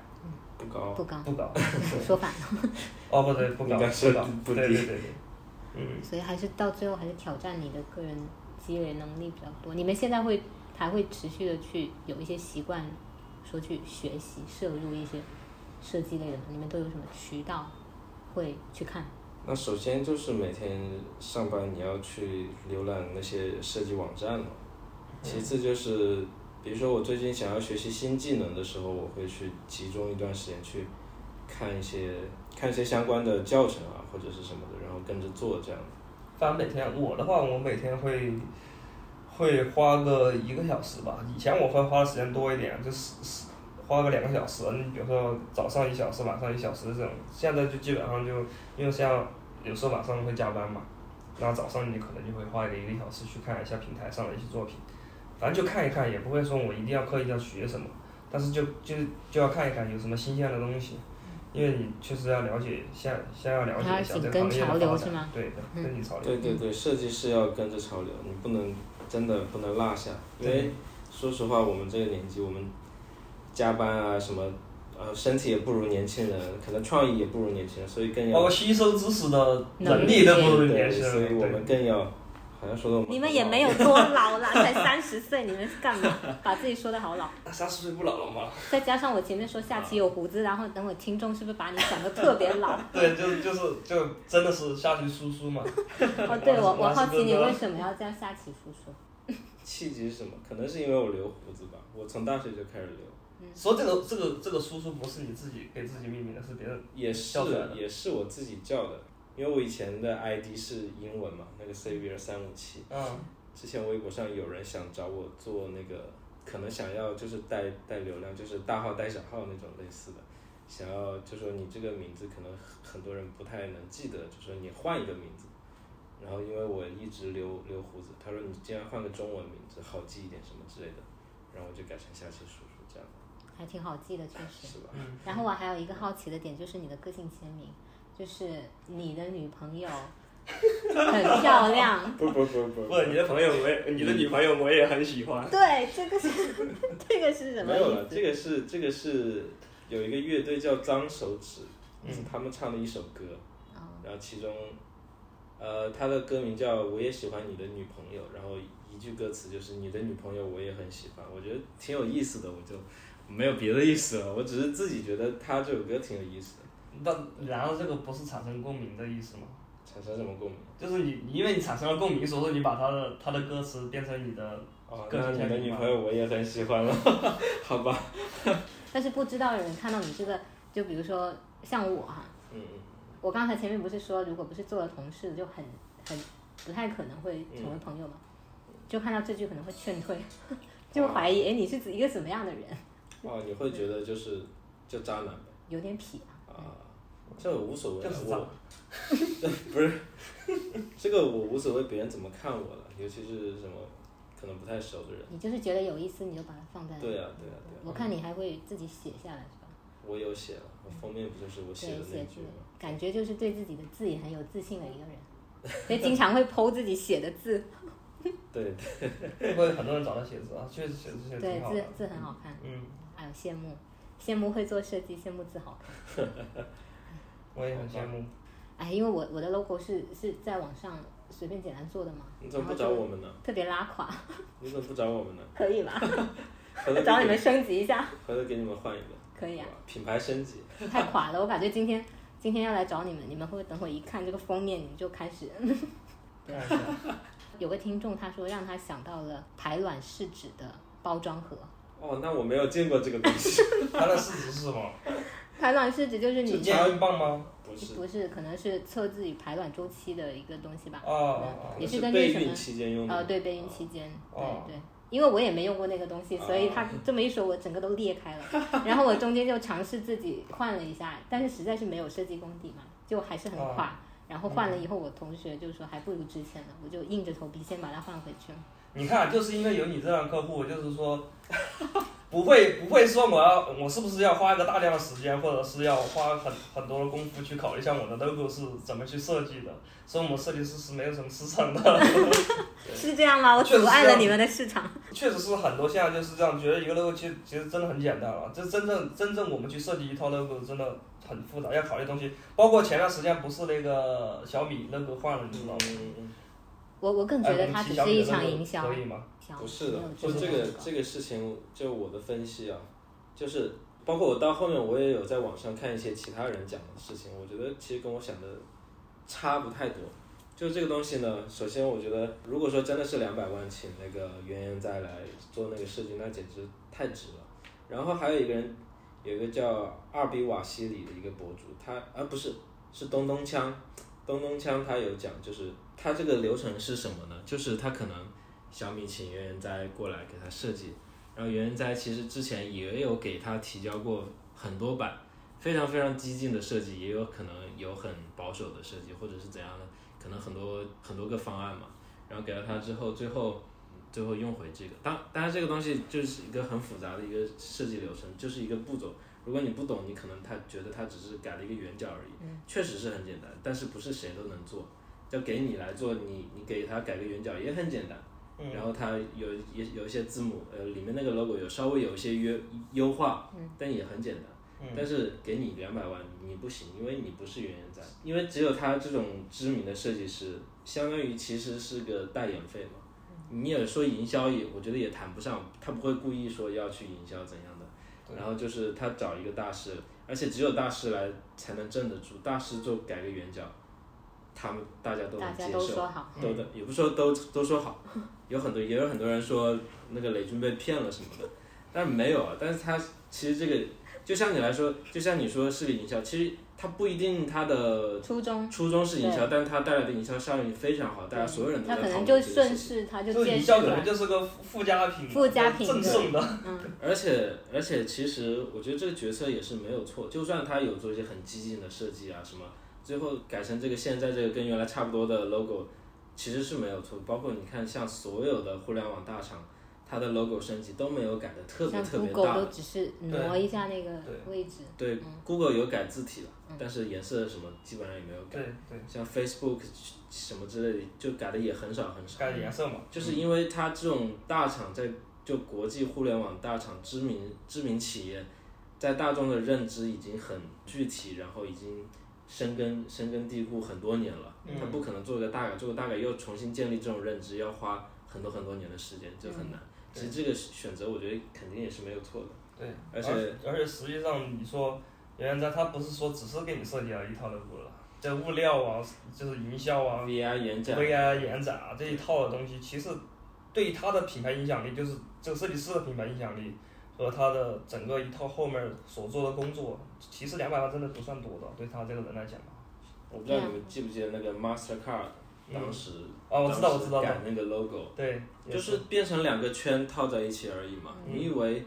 Speaker 3: 不高
Speaker 1: 不高，
Speaker 2: 不高。
Speaker 1: 说反了，
Speaker 2: 哦，不对，不高，
Speaker 3: 应该是
Speaker 2: 不高，
Speaker 3: 不低
Speaker 2: 对对对对，嗯，
Speaker 1: 所以还是到最后还是挑战你的个人积累能力比较多。你们现在会还会持续的去有一些习惯，说去学习摄入一些设计类的吗，你们都有什么渠道会去看？
Speaker 3: 那首先就是每天上班你要去浏览那些设计网站了，
Speaker 2: 嗯
Speaker 3: 其次就是，比如说我最近想要学习新技能的时候，我会去集中一段时间去看一些看一些相关的教程啊，或者是什么的，然后跟着做这样。
Speaker 2: 反正每天我的话，我每天会会花个一个小时吧。以前我会花的时间多一点，就是是花个两个小时。你比如说早上一小时，晚上一小时这种。现在就基本上就因为像有时候晚上会加班嘛，那早上你可能就会花一个一个小时去看一下平台上的一些作品，反正就看一看，也不会说我一定要刻意要学什么，但是就就就要看一看有什么新鲜的东西。因为你确实要了解，先先要了解一下这
Speaker 1: 还要紧
Speaker 2: 个行业
Speaker 1: 跟潮
Speaker 2: 的
Speaker 1: 流
Speaker 2: 发
Speaker 1: 是吗
Speaker 2: 展，对，
Speaker 1: 嗯
Speaker 2: 对跟你潮流。
Speaker 3: 对对对，设计是要跟着潮流，你不能真的不能落下，因为说实话，我们这个年纪，我们加班啊什么，呃，身体也不如年轻人，可能创意也不如年轻人，所以更
Speaker 2: 包
Speaker 3: 要
Speaker 2: 括吸收知识的能力都不如年轻
Speaker 3: 对，所以
Speaker 2: 人。
Speaker 3: 我
Speaker 2: 对
Speaker 3: 们，更要，好像说的我 们
Speaker 1: 你们也没有多老 啦，才三十岁，你们是干嘛？把自己说的好老，
Speaker 2: 那三十岁不老了吗？
Speaker 1: 再加上我前面说下期有胡子，然后等我听众是不是把你想的特别 老？
Speaker 2: 对，就就是就真的是下去输出嘛。
Speaker 1: 哦，对我我好奇你
Speaker 2: 老
Speaker 1: 为
Speaker 2: 师
Speaker 1: 什么要叫下期叔叔？
Speaker 3: 契机是什么？可能是因为我留胡子吧，我从大学就开始留，
Speaker 1: 嗯
Speaker 2: 说这个这个这个输出不是你自己给自己命名的，是别人。
Speaker 3: 也是
Speaker 2: 叫出来的
Speaker 3: 也是我自己叫的，因为我以前的 ID 是英文嘛，那个 Xavier 三五七。
Speaker 2: 嗯，
Speaker 3: 之前微博上有人想找我做那个，可能想要就是带带流量，就是大号带小号那种类似的，想要就说你这个名字可能很很多人不太能记得，就说你换一个名字。然后因为我一直留留胡子，他说你竟然换个中文名字好记一点什么之类的，然后我就改成夏奇叔叔这样，
Speaker 1: 还挺好记的，确实。
Speaker 3: 是吧？
Speaker 1: 然后我还有一个好奇的点，就是你的个性签名，就是你的女朋友很漂亮。
Speaker 3: 不不不不，
Speaker 5: 不，你的朋友我也，你的女朋友我也很喜欢。
Speaker 1: 对，这个是 这个是什么
Speaker 3: 没
Speaker 1: 意
Speaker 3: 有
Speaker 1: 思
Speaker 3: 了，？这个是这个是有一个乐队叫脏手指，是他们唱的一首歌，
Speaker 1: 哦
Speaker 3: 然后其中，呃，他的歌名叫《我也喜欢你的女朋友》，然后一句歌词就是“你的女朋友我也很喜欢”，我觉得挺有意思的，我就没有别的意思了，我只是自己觉得他这首歌挺有意思的，
Speaker 2: 那然后这个不是产生共鸣的意思吗？
Speaker 3: 产生什么共鸣？
Speaker 2: 就是你，你因为你产生了共鸣，所以说你把他的他的歌词变成你的
Speaker 3: 哦，
Speaker 2: 个
Speaker 3: 那
Speaker 2: 性
Speaker 3: 你
Speaker 2: 签
Speaker 3: 的
Speaker 2: 名
Speaker 3: 女
Speaker 2: 嘛
Speaker 3: 朋。友我也很喜欢了，好吧？
Speaker 1: 但是不知道有人看到你这个，就比如说像我哈，
Speaker 3: 嗯嗯。
Speaker 1: 我刚才前面不是说，如果不是做了同事，就很很不太可能会成为朋友嘛。
Speaker 3: 嗯
Speaker 1: 就看到这句可能会劝 退，就
Speaker 3: 啊
Speaker 1: 怀疑哎你是指一个什么样的人，
Speaker 3: 哦，你会觉得就是就渣男呗
Speaker 1: 有点痞啊。
Speaker 3: 啊，这无所谓啊，
Speaker 2: 就是渣
Speaker 3: 我 不是 这个我无所谓别人怎么看我了，尤其是什么可能不太熟的人。
Speaker 1: 你就是觉得有意思，你就把它放在。
Speaker 3: 对啊，对啊，对啊。
Speaker 1: 我看你还会自己写下来是吧？
Speaker 3: 我有写了，我封面不就是我写的
Speaker 1: 对
Speaker 3: 那
Speaker 1: 写
Speaker 3: 句
Speaker 1: 字
Speaker 3: 吗？
Speaker 1: 感觉就是对自己的字也很有自信的一个人，所以经常会剖自己写的 字，
Speaker 3: 对，
Speaker 2: 会不会很多人找他写字啊？确实写字写得
Speaker 1: 对
Speaker 2: 挺好
Speaker 1: 字
Speaker 2: 的。
Speaker 1: 字很好看，
Speaker 2: 嗯，
Speaker 1: 还有羡慕，羡慕会做设计，羡慕字好看。
Speaker 2: 我也很羡慕。
Speaker 1: 哎，因为我我的 logo 是是在网上随便简单做的嘛，
Speaker 3: 你怎
Speaker 1: 然
Speaker 3: 么
Speaker 1: 后
Speaker 3: 不找
Speaker 1: 就
Speaker 3: 我们呢？嗯
Speaker 1: 特别拉垮，
Speaker 3: 你怎么不找我们呢？
Speaker 1: 可以吧？
Speaker 3: 回头
Speaker 1: 找
Speaker 3: 给
Speaker 1: 你们，升级一下，
Speaker 3: 回头给你们换一个，
Speaker 1: 可以啊，
Speaker 3: 品牌升级。
Speaker 1: 太垮了，我感觉今天今天要来找你们，你们会不会等会一看这个封面你们就开始？
Speaker 2: 看一下，
Speaker 1: 有个听众他说让他想到了排卵试纸的包装盒，
Speaker 3: 哦，那我没有见过这个东西，
Speaker 2: 他的市值是什么？
Speaker 1: 排卵试纸 就是
Speaker 2: 是
Speaker 1: 你
Speaker 2: 验孕棒吗？
Speaker 3: 不是，
Speaker 1: 不是，可能是测自己排卵周期的一个东西吧
Speaker 2: 啊，啊
Speaker 1: 也
Speaker 3: 是
Speaker 1: 根据
Speaker 3: 备
Speaker 1: 什
Speaker 3: 孕
Speaker 1: 么？
Speaker 3: 期间用的。
Speaker 1: 呃，对，备孕期间，
Speaker 2: 哦
Speaker 1: 对对。因为我也没用过那个东西，所以他这么一说，我整个都裂开 了。然后我中间就尝试自己换了一下，但是实在是没有设计功底嘛，就还是很垮。
Speaker 3: 哦
Speaker 1: 然后换了以后，我同学就说还不如之前的，我就硬着头皮先把它换回去了。
Speaker 2: 你看，就是因为有你这样的客户，就是说不会 不会说我要我是不是要花一个大量的时间，或者是要花很很多的功夫去考虑一下我的 logo 是怎么去设计的，所以我们设计师是没有什么市场的。
Speaker 1: 是这样吗？我
Speaker 2: 确实
Speaker 1: 阻碍
Speaker 2: 是这
Speaker 1: 了
Speaker 2: 样
Speaker 1: 你们的市场。
Speaker 2: 确实是很多现在就是这样，觉得一个 logo 其实其实真的很简单了。这真正真正我们去设计一套 logo 真的很复杂，要考虑东西，包括前段时间不是那个小米 logo 换了，你知道吗？
Speaker 3: 嗯，
Speaker 1: 我我更觉得它
Speaker 2: 哎
Speaker 1: 只
Speaker 2: 我们提小
Speaker 1: 是
Speaker 2: 米
Speaker 1: 一
Speaker 2: 的
Speaker 1: 场
Speaker 2: logo
Speaker 1: 营销，
Speaker 2: 可以吗？
Speaker 1: 小
Speaker 3: 不是
Speaker 1: 没
Speaker 3: 的
Speaker 1: 有，
Speaker 3: 就
Speaker 1: 真
Speaker 3: 这
Speaker 1: 正
Speaker 3: 个
Speaker 1: 的广告
Speaker 3: 这个事情，就我的分析啊，就是包括我到后面我也有在网上看一些其他人讲的事情，我觉得其实跟我想的差不太多。就这个东西呢，首先我觉得，如果说真的是两百万请那个袁媛再来做那个设计，那简直太值了。然后还有一个人，有一个叫二比瓦西里的一个博主，他啊不是是东东枪，东东枪他有讲，就是他这个流程是什么呢？就是他可能小米请袁媛哉过来给他设计，然后袁媛哉其实之前也有给他提交过很多版，非常非常激进的设计，也有可能有很保守的设计，或者是怎样的，可能很多很多个方案嘛。然后给了他之后，最后最后用回这个，当当然这个东西就是一个很复杂的一个设计流程，就是一个步骤。如果你不懂，你可能他觉得他只是改了一个圆角而已，确实是很简单，但是不是谁都能做。就给你来做，你你给他改个圆角也很简单。然后它有也有一些字母，呃，里面那个 logo 有稍微有一些约优化，
Speaker 1: 嗯
Speaker 3: 但也很简单。但是给你两百万你不行，因为你不是原研哉，因为只有他这种知名的设计师，相当于其实是个代言费嘛。
Speaker 1: 嗯
Speaker 3: 你也说营销也，我觉得也谈不上，他不会故意说要去营销怎样的。然后就是他找一个大师，而且只有大师来才能镇得住，大师做改个圆角，他们大家都
Speaker 1: 大
Speaker 3: 能接
Speaker 1: 家
Speaker 3: 受。
Speaker 1: 都说好，
Speaker 3: 都的，也不说都都说好，有很多也有很多人说那个雷军被骗了什么的，但没有啊。但是他其实这个，就像你来说，就像你说是个营销，其实他不一定他的
Speaker 1: 初中
Speaker 3: 初衷是营销，但他带来的营销效应非常好，大家所有人都
Speaker 1: 他
Speaker 3: 在
Speaker 1: 可
Speaker 3: 讨
Speaker 1: 能
Speaker 3: 论
Speaker 1: 就
Speaker 3: 这个事
Speaker 1: 顺
Speaker 3: 情。
Speaker 1: 势他
Speaker 2: 就
Speaker 1: 介
Speaker 2: 营
Speaker 1: 绍
Speaker 2: 销可
Speaker 1: 了
Speaker 2: 能。就是个附加品，呃
Speaker 1: 附加品
Speaker 2: 赠送的。
Speaker 3: 而且而且，其实我觉得这个决策也是没有错，就算他有做一些很激进的设计啊什么，最后改成这个现在这个跟原来差不多的 logo，其实是没有错。包括你看，像所有的互联网大厂，它的 logo 升级都没有改的特别
Speaker 1: 像
Speaker 3: 特别
Speaker 1: Google 嗯
Speaker 3: 大
Speaker 1: 都
Speaker 3: 的。
Speaker 1: 只是
Speaker 2: 对
Speaker 1: 挪一下那个
Speaker 2: 对
Speaker 1: 位置，
Speaker 3: 对，Google 有改字体了，
Speaker 1: 嗯
Speaker 3: 但是颜色什么基本上也没有改。
Speaker 2: 对对，
Speaker 3: 像 Facebook 什么之类的，就改的也很少很少。
Speaker 2: 改颜色嘛。
Speaker 3: 就是因为它这种大厂在就国际互联网大厂知名知名企业，在大众的认知已经很具体，然后已经深根深根蒂固很多年了。它不可能做个大改，做个大改又重新建立这种认知，要花很多很多年的时间，就很难。其实这个选择，我觉得肯定也是没有错的。
Speaker 2: 对，
Speaker 3: 而
Speaker 2: 而
Speaker 3: 且
Speaker 2: 而且实际上你说原来在他不是说只是给你设计了一套 logo 了，这物料啊，就是营销啊
Speaker 3: VR 演讲，
Speaker 2: ，VR 延展啊这一套的东西，其实对他的品牌影响力，就是这个设计师的品牌影响力和他的整个一套后面所做的工作，其实两百万真的不算多的，对他这个人来讲啊。
Speaker 3: 我不知道你们记不记得那个 Mastercard，当时
Speaker 2: 啊，我知道，我
Speaker 3: 当时
Speaker 2: 知道，
Speaker 3: 改那个 logo。
Speaker 2: 对，也
Speaker 3: 就是变成两个圈套在一起而已嘛。你以为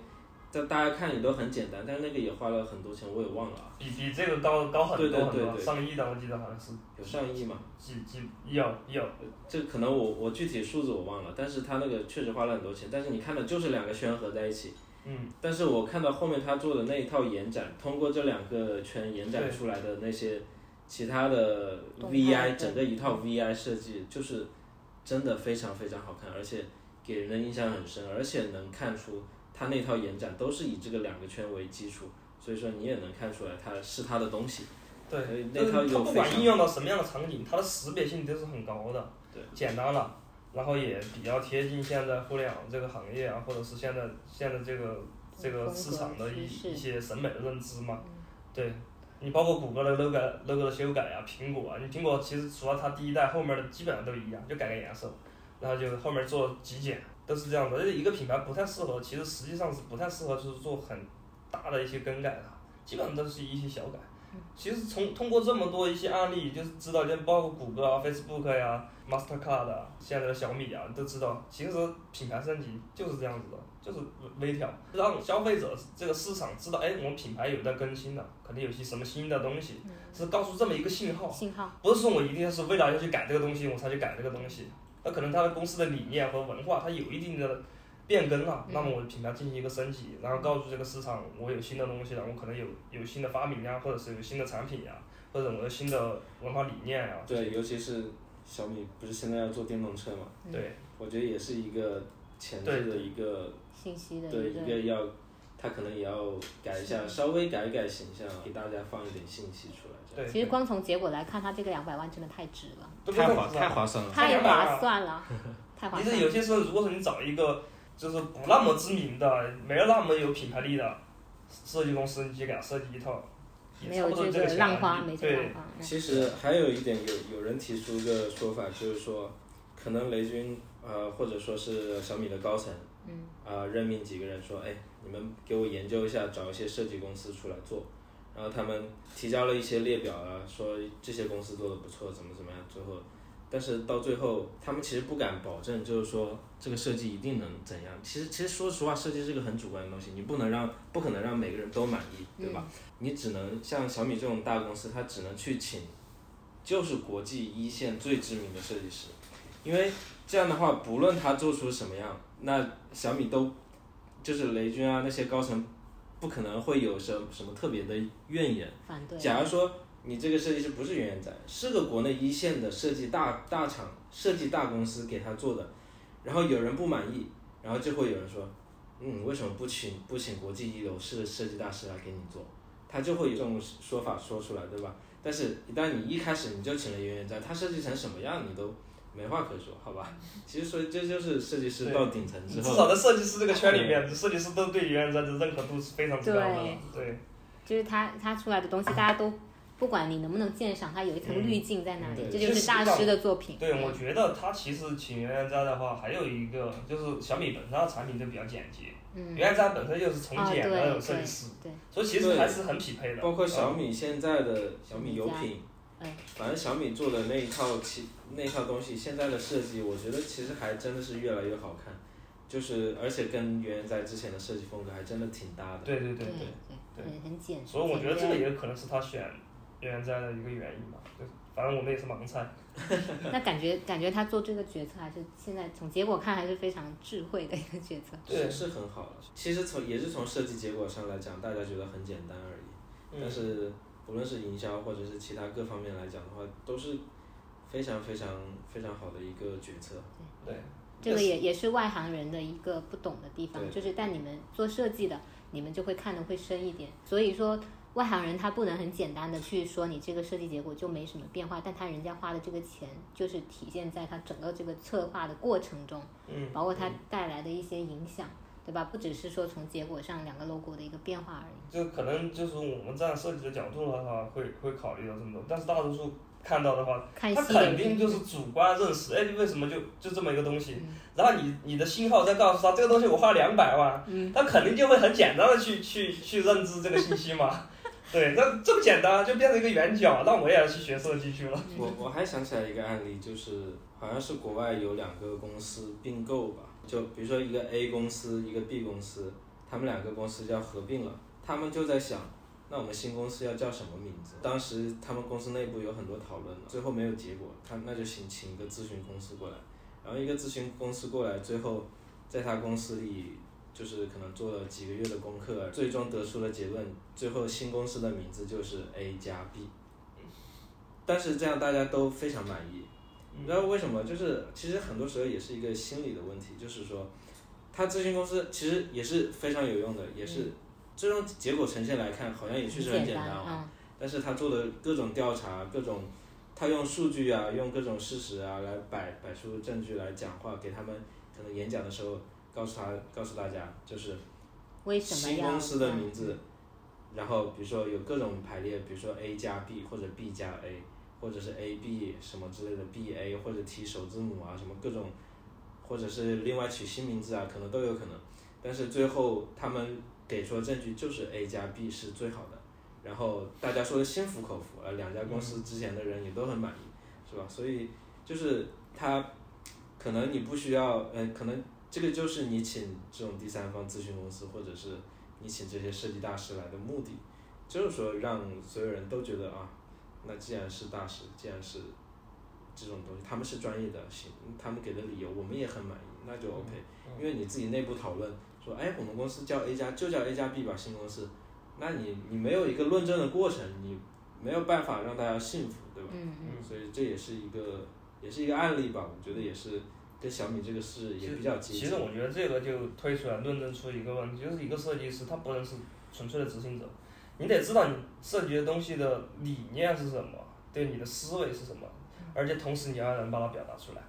Speaker 3: 在大家看也都很简单，但那个也花了很多钱，我也忘了啊，
Speaker 2: 比比这个高高很
Speaker 3: 对对
Speaker 2: 多很
Speaker 3: 对
Speaker 2: 多，
Speaker 3: 对
Speaker 2: 上亿的我记得好像是
Speaker 3: 有上亿嘛。
Speaker 2: 几几有有，
Speaker 3: 这可能我我具体数字我忘了，但是他那个确实花了很多钱，但是你看的就是两个圈合在一起。
Speaker 2: 嗯。
Speaker 3: 但是我看到后面他做的那一套延展，通过这两个圈延展
Speaker 2: 对
Speaker 3: 出来的那些其他的
Speaker 1: 动态
Speaker 3: VI
Speaker 1: 的
Speaker 3: 整个一套 VI 设计就是真的非常非常好看，而且给人的印象很深，而且能看出他那套延展都是以这个两个圈为基础，所以说你也能看出来它是他的东西。
Speaker 2: 对
Speaker 3: 所以，那
Speaker 2: 就是
Speaker 3: 套
Speaker 2: 它
Speaker 3: 有
Speaker 2: 不
Speaker 3: 非
Speaker 2: 管
Speaker 3: 常
Speaker 2: 应用到什么样的场景，它的识别性都是很高的，
Speaker 3: 对，
Speaker 2: 简单了，然后也比较贴近现在互联网这个行业啊，或者是现在现在这个这个市场的
Speaker 1: 风
Speaker 2: 一
Speaker 1: 格趋势嗯
Speaker 2: 一些审美的认知嘛，对。你包括谷歌的 logo logo 的修改啊，苹果啊，你苹果其实除了它第一代，后面的基本上都一样，就改个颜色，然后就后面做极简，都是这样的。而且一个品牌不太适合，其实实际上是不太适合，就是做很大的一些更改的，基本上都是一些小改。其实从通过这么多一些案例，就是知道，就包括谷歌啊、Facebook 呀、Mastercard 啊，现在的小米啊，都知道，其实品牌升级就是这样子的，就是微调，让消费者这个市场知道，哎，我们品牌有在更新了，肯定有些什么新的东西，是告诉这么一个信号。
Speaker 1: 信号
Speaker 2: 不是说我一定是为了要去改这个东西，我才去改这个东西。那可能他的公司的理念和文化，它有一定的变更了，
Speaker 1: 嗯
Speaker 2: 那么我的品牌进行一个升级，然后告诉这个市场我有新的东西了，我可能有有新的发明啊呀，或者是有新的产品呀，或者我有新的文化理念啊呀。
Speaker 3: 对，尤其是小米不是现在要做电动车嘛，
Speaker 1: 嗯
Speaker 2: 对
Speaker 3: 我觉得也是一个前置的一个
Speaker 1: 信息的
Speaker 3: 对
Speaker 1: 一
Speaker 3: 一
Speaker 1: 个
Speaker 3: 个要，他可能也要改一下，稍微改一改形象，给大家放一点信息出来。这样
Speaker 2: 对
Speaker 1: 其实光从结果来看，它这个两百万真的太值了，
Speaker 2: 对，
Speaker 6: 太划太划算了。
Speaker 1: 太划算 了，太划
Speaker 2: 其
Speaker 1: 算
Speaker 2: 实
Speaker 1: 了。
Speaker 2: 有些时候，如果说你找一个就是不那么知名的、没有那么有品牌力的设计公司，你去给他设计一套，也
Speaker 1: 没
Speaker 2: 差
Speaker 1: 有
Speaker 2: 不多
Speaker 1: 这
Speaker 2: 这个
Speaker 1: 个
Speaker 2: 钱啊
Speaker 1: 浪花，
Speaker 2: 你
Speaker 1: 没这个
Speaker 2: 对
Speaker 1: 浪花。嗯
Speaker 3: 其实还有一点，有有人提出一个说法，就是说，可能雷军呃，或者说是小米的高层，嗯，啊、任命几个人说，哎，你们给我研究一下，找一些设计公司出来做。然后他们提交了一些列表啊，说这些公司做的不错，怎么怎么样。最后，但是到最后，他们其实不敢保证，就是说这个设计一定能怎样。其实，其实说实话，设计是个很主观的东西，你不能让，不可能让每个人都满意，对吧？你只能像小米这种大公司，它只能去请就是国际一线最知名的设计师，因为这样的话，不论他做出什么样，那小米都就是雷军啊那些高层，不可能会有什什么特别的怨言。
Speaker 1: 反对，
Speaker 3: 假如说你这个设计师不是原仔，是个国内一线的设计大大厂、设计大公司给他做的，然后有人不满意，然后就会有人说，嗯，为什么不请不请国际一流设设计大师来给你做？他就会有这种说法说出来，对吧？但是，一旦你一开始你就请了圆圆在，他设计成什么样你都没话可说，好吧？其实，所以这就是设计师到顶层之
Speaker 2: 至
Speaker 3: 后，
Speaker 2: 少在设计师这个圈里面，设计师都对原来的认可度是非常之高的
Speaker 1: 对。
Speaker 2: 对，
Speaker 1: 就是它它出来的东西，大家都不管你能不能鉴赏，它有一层滤镜在那里，这就是大师的作品。
Speaker 2: 对，我觉得它其实请原来在的话，还有一个就是小米本身它的产品就比较简洁，
Speaker 1: 嗯，
Speaker 2: 原来在本身就是从
Speaker 1: 啊，对
Speaker 2: 简的那种设
Speaker 1: 对
Speaker 2: 计师，
Speaker 1: 对，
Speaker 2: 所以其实
Speaker 3: 对
Speaker 2: 还是很匹配的。
Speaker 3: 包括小
Speaker 2: 嗯
Speaker 3: 米现在的小米油品
Speaker 1: 嗯，
Speaker 3: 反正小米做的那一套其那一套东西，现在的设计，我觉得其实还真的是越来越好看，就是而且跟原来在之前的设计风格还真的挺搭的。
Speaker 2: 嗯对对对
Speaker 1: 对
Speaker 2: 对，
Speaker 1: 对，很很简。
Speaker 2: 所以我觉得这个
Speaker 1: 简
Speaker 2: 也可能是他选原来在的一个原因吧。对，反正我们也是盲猜。
Speaker 1: 约那感觉感觉他做这个决策还是现在从结果看还是非常智慧的一个决策。
Speaker 2: 对
Speaker 3: 是是很好了。其实从也是从设计结果上来讲，大家觉得很简单而
Speaker 2: 嗯
Speaker 3: 已，但是不论是营销或者是其他各方面来讲的话，都是非常非常非常好的一个决策。
Speaker 2: 对，
Speaker 1: 这个也也是外行人的一个不懂的地方，
Speaker 3: 对
Speaker 1: 就是但你们做设计的，你们就会看的会深一点。所以说，外行人他不能很简单的去说你这个设计结果就没什么变化，但他人家花的这个钱就是体现在他整个这个策划的过程中，
Speaker 2: 嗯，
Speaker 1: 包括它带来的一些影响，对吧？不只是说从结果上两个 logo 的一个变化而已。
Speaker 2: 就可能就是我们站设计的角度的话，会会考虑到这么多，但是大多数看到的话，
Speaker 1: 看
Speaker 2: 他
Speaker 1: 戏
Speaker 2: 肯
Speaker 1: 的
Speaker 2: 定
Speaker 1: 人
Speaker 2: 就是主观认识，哎，为什么就就这么一个东西？然后你你的信号再告诉他这个东西我花两百万，他肯定就会很简单的去去去认知这个信息嘛。对，那这么简单就变成一个圆角，那我也要去学设计去了。
Speaker 3: 我我还想起来一个案例，就是好像是国外有两个公司并购吧，就比如说一个 A 公司，一个 B 公司，他们两个公司要合并了，他们就在想，那我们新公司要叫什么名字？当时他们公司内部有很多讨论，最后没有结果，他那就请请一个咨询公司过来，然后一个咨询公司过来，最后在他公司里。就是可能做了几个月的功课，最终得出了结论，最后新公司的名字就是 A 加 B。但是这样大家都非常满意。你知道为什么？就是其实很多时候也是一个心理的问题，就是说，他咨询公司其实也是非常有用的，也是最终结果呈现来看，好像也确实很简单啊。
Speaker 1: 啊，
Speaker 3: 但是他做的各种调查，各种他用数据啊，用各种事实啊来摆摆出证据来讲话，给他们可能演讲的时候告诉他告诉大家，就是
Speaker 1: 嗯为什么
Speaker 3: 新
Speaker 1: 要嗯
Speaker 3: 公司的名字，然后比如说有各种排列，比如说 A 加 B 或者 B 加 A，或者是 A B 什么之类的 B A 或者提首字母啊什么各种，或者是另外取新名字啊，可能都有可能。但是最后他们给出的证据就是 A 加 B 是最好的，然后大家说的心服口服，呃，两家公司之前的人也都很满意，是吧？所以就是他可能你不需要，呃，可能这个就是你请这种第三方咨询公司或者是你请这些设计大师来的目的，就是说让所有人都觉得啊，那既然是大师，既然是这种东西，他们是专业的，行，他们给的理由我们也很满意，那就 OK。
Speaker 2: 嗯
Speaker 3: 因为你自己内部讨论说，哎，我们公司叫 A 加就叫 A 加 B 吧，新公司，那你你没有一个论证的过程，你没有办法让大家信服，对吧？
Speaker 1: 嗯嗯，
Speaker 3: 所以这也是一个也是一个案例吧，我觉得也是跟小米这个事也比较接
Speaker 2: 其
Speaker 3: 近
Speaker 2: 实。我觉得这个就推出来论证出一个问题，就是一个设计师他不能是纯粹的执行者，你得知道你设计的东西的理念是什么，对你的思维是什么，而且同时你要能把它表达出来，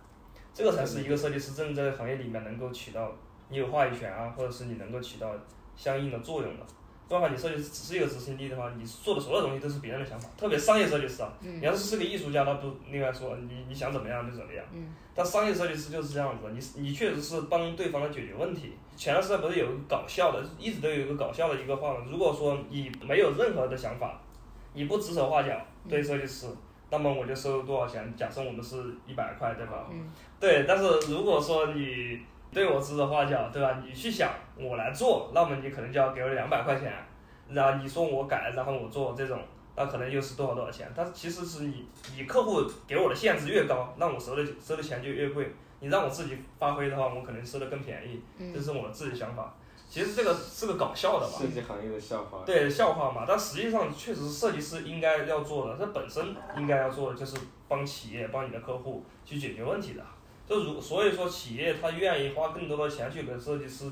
Speaker 2: 这个才是一个设计师真正在行业里面能够起到你有话语权啊，或者是你能够起到相应的作用的。不然的话，你设计师只是一个执行力的话，你做的所有东西都是别人的想法，特别商业设计师啊，你要是是个艺术家，那不另外说，你你想怎么样就怎么样。但商业设计师就是这样子，你你确实是帮对方来解决问题。前段时间不是有个搞笑的，一直都有一个搞笑的一个话嘛。如果说你没有任何的想法，你不指手画脚对设计师，那么我就收多少钱？假设我们是一百块，对吧？
Speaker 1: 嗯、
Speaker 2: 对，但是如果说你对我指手画脚，对吧？你去想我来做，那么你可能就要给我两百块钱，然后你说我改，然后我做这种。那可能又是多少多少钱。但是其实是你你客户给我的限制越高，那我收的收的钱就越贵。你让我自己发挥的话，我可能收的更便宜，
Speaker 1: 嗯
Speaker 2: 这是我自己想法。其实这个是个搞笑的吧，
Speaker 3: 设计行业的笑话。
Speaker 2: 对笑话嘛，但实际上确实设计师应该要做的，他本身应该要做的就是帮企业、帮你的客户去解决问题的。就如所以说，企业他愿意花更多的钱去给设计师、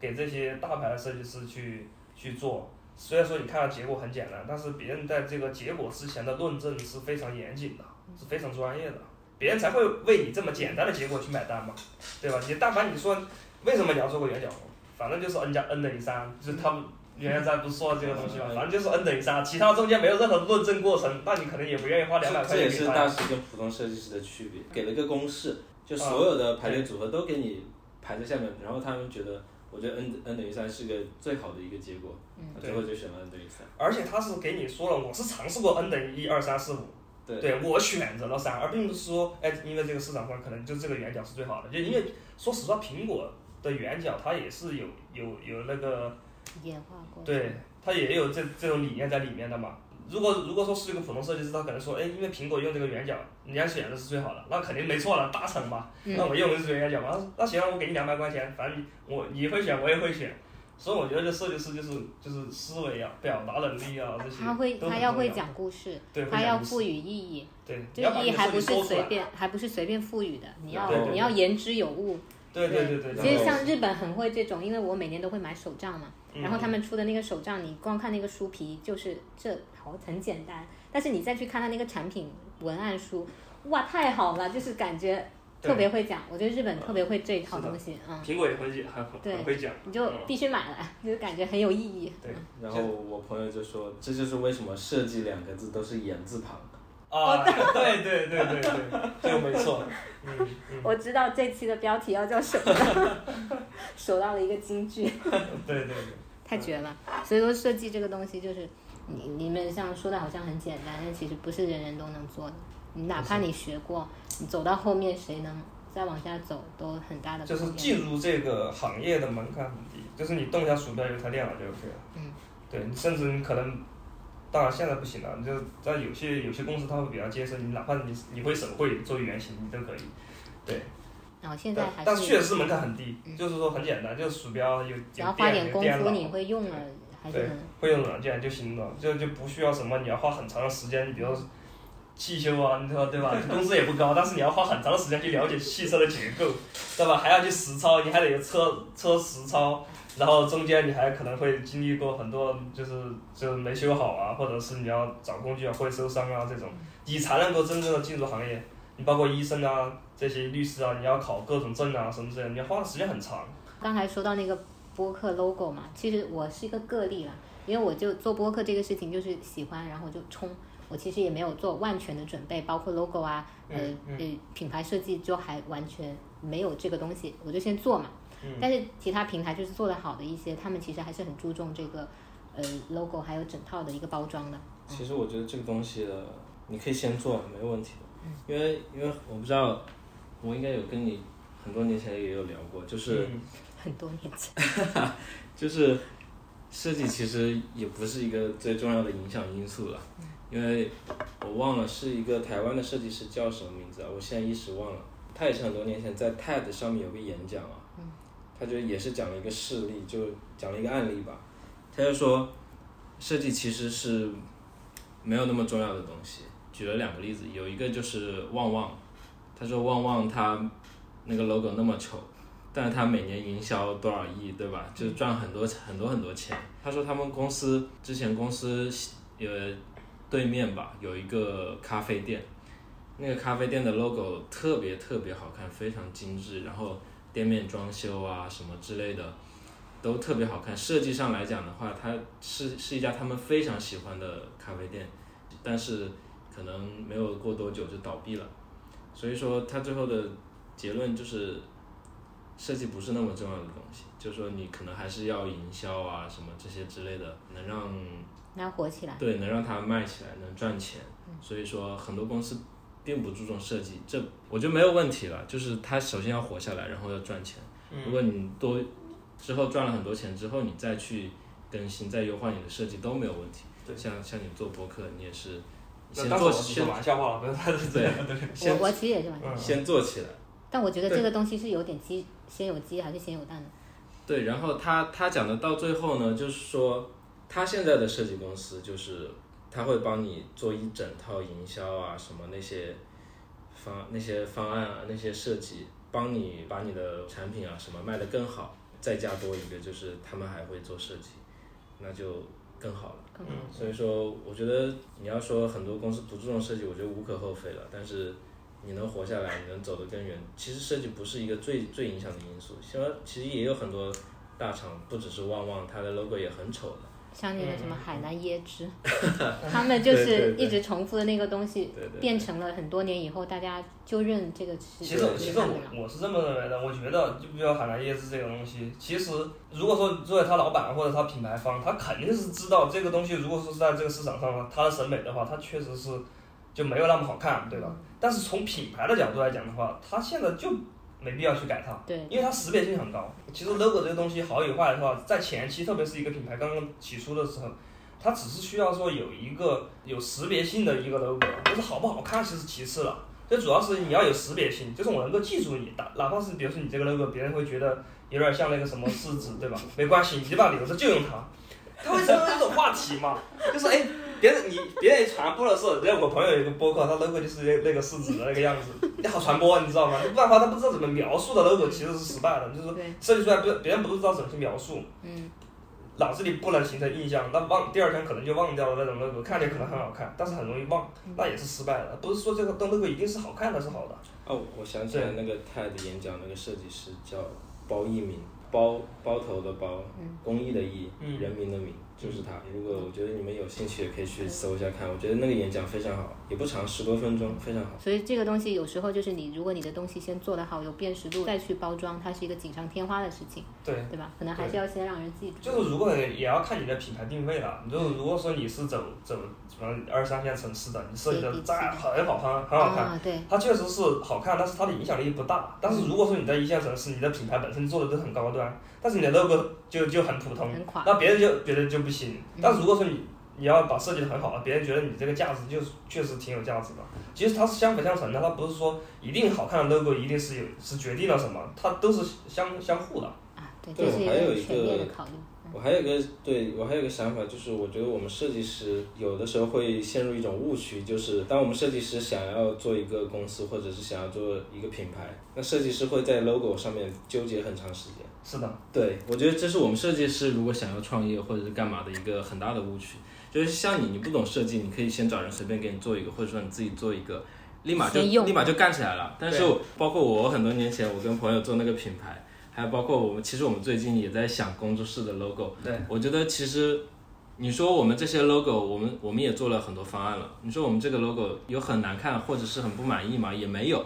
Speaker 2: 给这些大牌的设计师去去做。虽然说你看到结果很简单，但是别人在这个结果之前的论证是非常严谨的，是非常专业的，别人才会为你这么简单的结果去买单嘛，对吧？你但凡你说为什么你要做个圆角红，反正就是 n 加 n 等于三，就是他们原来咱不是说这个东西嘛，反正就是 n 等于三，其他中间没有任何论证过程，那你可能也不愿意花两百
Speaker 3: 这
Speaker 2: 块
Speaker 3: 这也
Speaker 2: 钱
Speaker 3: 是
Speaker 2: 去
Speaker 3: 大
Speaker 2: 买。
Speaker 3: 师跟普通设计师的区别，给了一个公式，就所有的排列组合都给你排在下面，然后他们觉得，我觉得 n n 等于三是个最好的一个结果，那最后就选了 n 等于三。
Speaker 2: 而且他是给你说了，我是尝试过 n 等于一二三四五，
Speaker 3: 对
Speaker 2: 对我选择了三，而并不是说，哎，因为这个市场上可能就这个圆角是最好的，就因为说实话，苹果的圆角它也是有有有那个
Speaker 1: 演化过，
Speaker 2: 对，他也有这这种理念在里面的嘛。如果如果说是一个普通设计师，他可能说，哎，因为苹果用这个圆角，人家选的是最好的，那肯定没错了，大厂嘛，
Speaker 1: 嗯
Speaker 2: 那我用的是圆角嘛，那行，啊我给你两百块钱，反正你我你会选，我也会选。所以我觉得这设计师就是就是思维啊、表达能力啊这些
Speaker 1: 他会
Speaker 2: 都很
Speaker 1: 他要
Speaker 2: 重
Speaker 1: 会讲故事，
Speaker 2: 对会
Speaker 1: 他
Speaker 2: 讲
Speaker 1: 要
Speaker 2: 故事
Speaker 1: 赋予意义，
Speaker 2: 对，你
Speaker 1: 这
Speaker 2: 要把
Speaker 1: 意义
Speaker 2: 这个
Speaker 1: 还不
Speaker 2: 事情
Speaker 1: 是
Speaker 2: 说出
Speaker 1: 随
Speaker 2: 来。
Speaker 1: 便还不是随便赋予的，你要
Speaker 3: 对对对
Speaker 1: 你要言之有物，
Speaker 2: 对对对对
Speaker 3: 然
Speaker 2: 对，
Speaker 3: 后
Speaker 2: 嗯
Speaker 1: 其实像日本很会这种，因为我每年都会买手账嘛，然后他们出的那个手账，你光看那个书皮，就是这好很简单，但是你再去看它那个产品文案书，哇，太好了，就是感觉
Speaker 2: 对
Speaker 1: 特别会讲。我觉得日本特别会这一套东西，嗯，
Speaker 5: 苹果也会讲，很
Speaker 1: 对
Speaker 5: 很会讲。
Speaker 1: 你就
Speaker 5: 嗯
Speaker 1: 必须买了，就感觉很有意义。
Speaker 3: 然后我朋友就说，这就是为什么设计两个字都是言字旁。
Speaker 2: 啊，对对对对对，这个没错，嗯嗯，
Speaker 1: 我知道这期的标题要叫什么了， 守到了一个金句。
Speaker 2: 对对对。
Speaker 1: 太绝了。所以说设计这个东西，就是你你们像说的好像很简单，但其实不是人人都能做的。你哪怕你学过，你走到后面谁能再往下走，都很大的
Speaker 2: 就是
Speaker 1: 空间
Speaker 2: 进入这个行业的门槛很低，就是你动一下鼠标有一台电脑就 OK 了。
Speaker 1: 嗯，
Speaker 2: 对，你甚至你可能，当然现在不行了，你就在有些有些公司它会比较接受你，哪怕你你会手绘做原型，你都可以。对，
Speaker 1: 然后现
Speaker 2: 但
Speaker 1: 在还
Speaker 2: 但
Speaker 1: 是
Speaker 2: 确实是门槛很低，就是说很简单，就是鼠标有
Speaker 1: 只
Speaker 2: 有
Speaker 1: 要花
Speaker 2: 电
Speaker 1: 点
Speaker 2: 有
Speaker 1: 功
Speaker 2: 电
Speaker 1: 夫，
Speaker 2: 脑，
Speaker 1: 你会用了，还是
Speaker 2: 对
Speaker 1: 能。
Speaker 2: 会用软件就行了，就就不需要什么你要花很长的时间，你比如说汽修啊，你知道对吧？工资也不高，但是你要花很长时间去了解汽车的结构，对吧？还要去实操，你还得有车车实操，然后中间你还可能会经历过很多，就是就是没修好啊，或者是你要找工具啊，会受伤啊这种，你才能够真正的进入行业。你包括医生啊，这些律师啊，你要考各种证啊什么之类的，你要花的时间很长。
Speaker 1: 刚才说到那个播客 logo 嘛，其实我是一个个例啦，因为我就做播客这个事情就是喜欢，然后就冲。我其实也没有做万全的准备，包括 logo 啊，呃
Speaker 2: 嗯嗯
Speaker 1: 呃，品牌设计就还完全没有这个东西，我就先做嘛。
Speaker 2: 嗯
Speaker 1: 但是其他平台就是做得好的一些，他们其实还是很注重这个呃 logo 还有整套的一个包装的。
Speaker 3: 其实我觉得这个东西的，你可以先做，没问题的，因为因为我不知道，我应该有跟你很多年前也有聊过，就是。
Speaker 2: 嗯
Speaker 1: 很多年前，
Speaker 3: 就是设计其实也不是一个最重要的影响因素了，因为我忘了是一个台湾的设计师叫什么名字啊，我现在一时忘了。他也是很多年前在 TED 上面有个演讲啊，他就也是讲了一个事例，就讲了一个案例吧。他就说，设计其实是没有那么重要的东西。举了两个例子，有一个就是旺旺，他说旺旺它那个 logo 那么丑。但是他每年营销多少亿，对吧？就是赚很多很多很多钱。他说他们公司之前公司呃对面吧有一个咖啡店，那个咖啡店的 logo 特别特别好看，非常精致，然后店面装修啊什么之类的都特别好看。设计上来讲的话，它是是一家他们非常喜欢的咖啡店，但是可能没有过多久就倒闭了。所以说他最后的结论就是。设计不是那么重要的东西，就是说你可能还是要营销啊什么这些之类的，能让
Speaker 1: 那火 起来，
Speaker 3: 对能让它卖起来，能赚钱。所以说很多公司并不注重设计，这我觉得没有问题了。就是它首先要活下来，然后要赚钱。
Speaker 2: 嗯
Speaker 3: 如果你多之后赚了很多钱之后，你再去更新、再优化你的设计都没有问题。
Speaker 2: 对
Speaker 3: 像像你做博客，你也是
Speaker 2: 那
Speaker 3: 先
Speaker 2: 当时
Speaker 3: 做
Speaker 2: 我只是
Speaker 3: 先
Speaker 2: 玩笑话，不是他是这
Speaker 3: 对
Speaker 2: 样 对。
Speaker 1: 我
Speaker 3: 先
Speaker 1: 我其实也是玩，
Speaker 2: 嗯
Speaker 3: 先做起来。
Speaker 1: 但我觉得
Speaker 3: 对
Speaker 1: 这个东西是有点鸡，先有鸡还是先有蛋的。
Speaker 3: 对，然后他他讲的到最后呢，就是说他现在的设计公司就是他会帮你做一整套营销啊，什么那些方那些方案啊，那些设计，帮你把你的产品啊什么卖得更好，再加多一个就是他们还会做设计，那就更好了。
Speaker 1: 更
Speaker 2: 嗯
Speaker 3: 所以说，我觉得你要说很多公司不注重设计，我觉得无可厚非了。但是你能活下来，你能走得更远，其实设计不是一个最最影响的因素。像其实也有很多大厂，不只是旺旺，它的 logo 也很丑的。
Speaker 1: 像那个什么海南椰 汁，他
Speaker 3: 对
Speaker 1: 们就
Speaker 3: 嗯对
Speaker 1: 是
Speaker 3: 对
Speaker 1: 一直重复的那个东西，
Speaker 3: 对对
Speaker 1: 变成了很多年以后大家就认这个是
Speaker 2: 其实
Speaker 1: 这个
Speaker 2: 其实
Speaker 1: 产
Speaker 2: 我
Speaker 1: 品了。
Speaker 2: 我是这么认为的，我觉得就比如海南椰汁这个东西，其实如果说作为他老板或者他品牌方，他肯定是知道这个东西，如果说是在这个市场上呢，他的审美的话，他确实是就没有那么好看，对吧？但是从品牌的角度来讲的话，他现在就没必要去改它，
Speaker 1: 对，
Speaker 2: 因为它识别性很高。其实 logo 这个东西好与坏的话，在前期，特别是一个品牌刚刚起初的时候，它只是需要说有一个有识别性的一个 logo，就是好不好看其实其次了。最主要是你要有识别性，就是我能够记住你，哪哪怕是比如说你这个 logo，别人会觉得有点像那个什么柿子，对吧？没关系，你就把它留着就用它，它会成为一种话题嘛。就是哎，别人你别人传播的时候，人家我朋友有一个播客，他 logo 就是那那个柿子的那个样子，你好传播，你知道吗？不然的话他不知道怎么描述的 logo 其实是失败的，就是说
Speaker 1: 对
Speaker 2: 设计出来不别人不知道怎么去描述，
Speaker 1: 嗯，
Speaker 2: 脑子里不能形成印象，那忘第二天可能就忘掉了那种 logo，看起来可能很好看，但是很容易忘，
Speaker 1: 嗯
Speaker 2: 那也是失败的。不是说这个灯 logo 一定是好看的是好的，
Speaker 3: 哦，我想起来那个 TED 演讲那个设计师叫包奕明，包包头的包，公益的益，
Speaker 2: 嗯
Speaker 3: 人民的民，就是他。如果我觉得你们有兴趣，也可以去搜一下看。我觉得那个演讲非常好，也不长，十多分钟，非常好。
Speaker 1: 所以这个东西有时候就是你，如果你的东西先做得好，有辨识度，再去包装，它是一个锦上添花的事情，
Speaker 2: 对。
Speaker 1: 对吧？可能还是要先让人记住。
Speaker 2: 就是如果也要看你的品牌定位了，你就如果说你是走走什么二三线城市的，你设计的再很好看，很好看，
Speaker 1: 啊，对，
Speaker 2: 它确实是好看，但是它的影响力不大。但是如果说你在一线城市，你的品牌本身做的就很高端，但是你的 logo 就就很普通，
Speaker 1: 很垮。
Speaker 2: 嗯那别人就觉得就不行。但如果说你你要把设计的很好，别人觉得你这个价值就是确实挺有价值的。其实它是相辅相成的，它不是说一定好看的 logo 一定是有是决定了什么，它都是相相互的。
Speaker 1: 啊，对，
Speaker 3: 对
Speaker 1: 这是一
Speaker 3: 还有
Speaker 1: 个
Speaker 3: 一
Speaker 1: 全面的
Speaker 3: 个
Speaker 1: 考虑。嗯
Speaker 3: 我还有一个对我还有一个想法，就是我觉得我们设计师有的时候会陷入一种误区，就是当我们设计师想要做一个公司或者是想要做一个品牌，那设计师会在 logo 上面纠结很长时间。
Speaker 2: 是的，
Speaker 3: 对，我觉得这是我们设计师如果想要创业或者是干嘛的一个很大的误区，就是像你，你不懂设计，你可以先找人随便给你做一个，或者说你自己做一个，立马就
Speaker 4: 先用
Speaker 3: 立马就干起来了。但是
Speaker 5: 对
Speaker 3: 我包括我很多年前，我跟朋友做那个品牌，还有包括我们，其实我们最近也在想工作室的 logo。
Speaker 2: 对，
Speaker 3: 我觉得其实你说我们这些 logo，我们我们也做了很多方案了。你说我们这个 logo 有很难看或者是很不满意吗？也没有。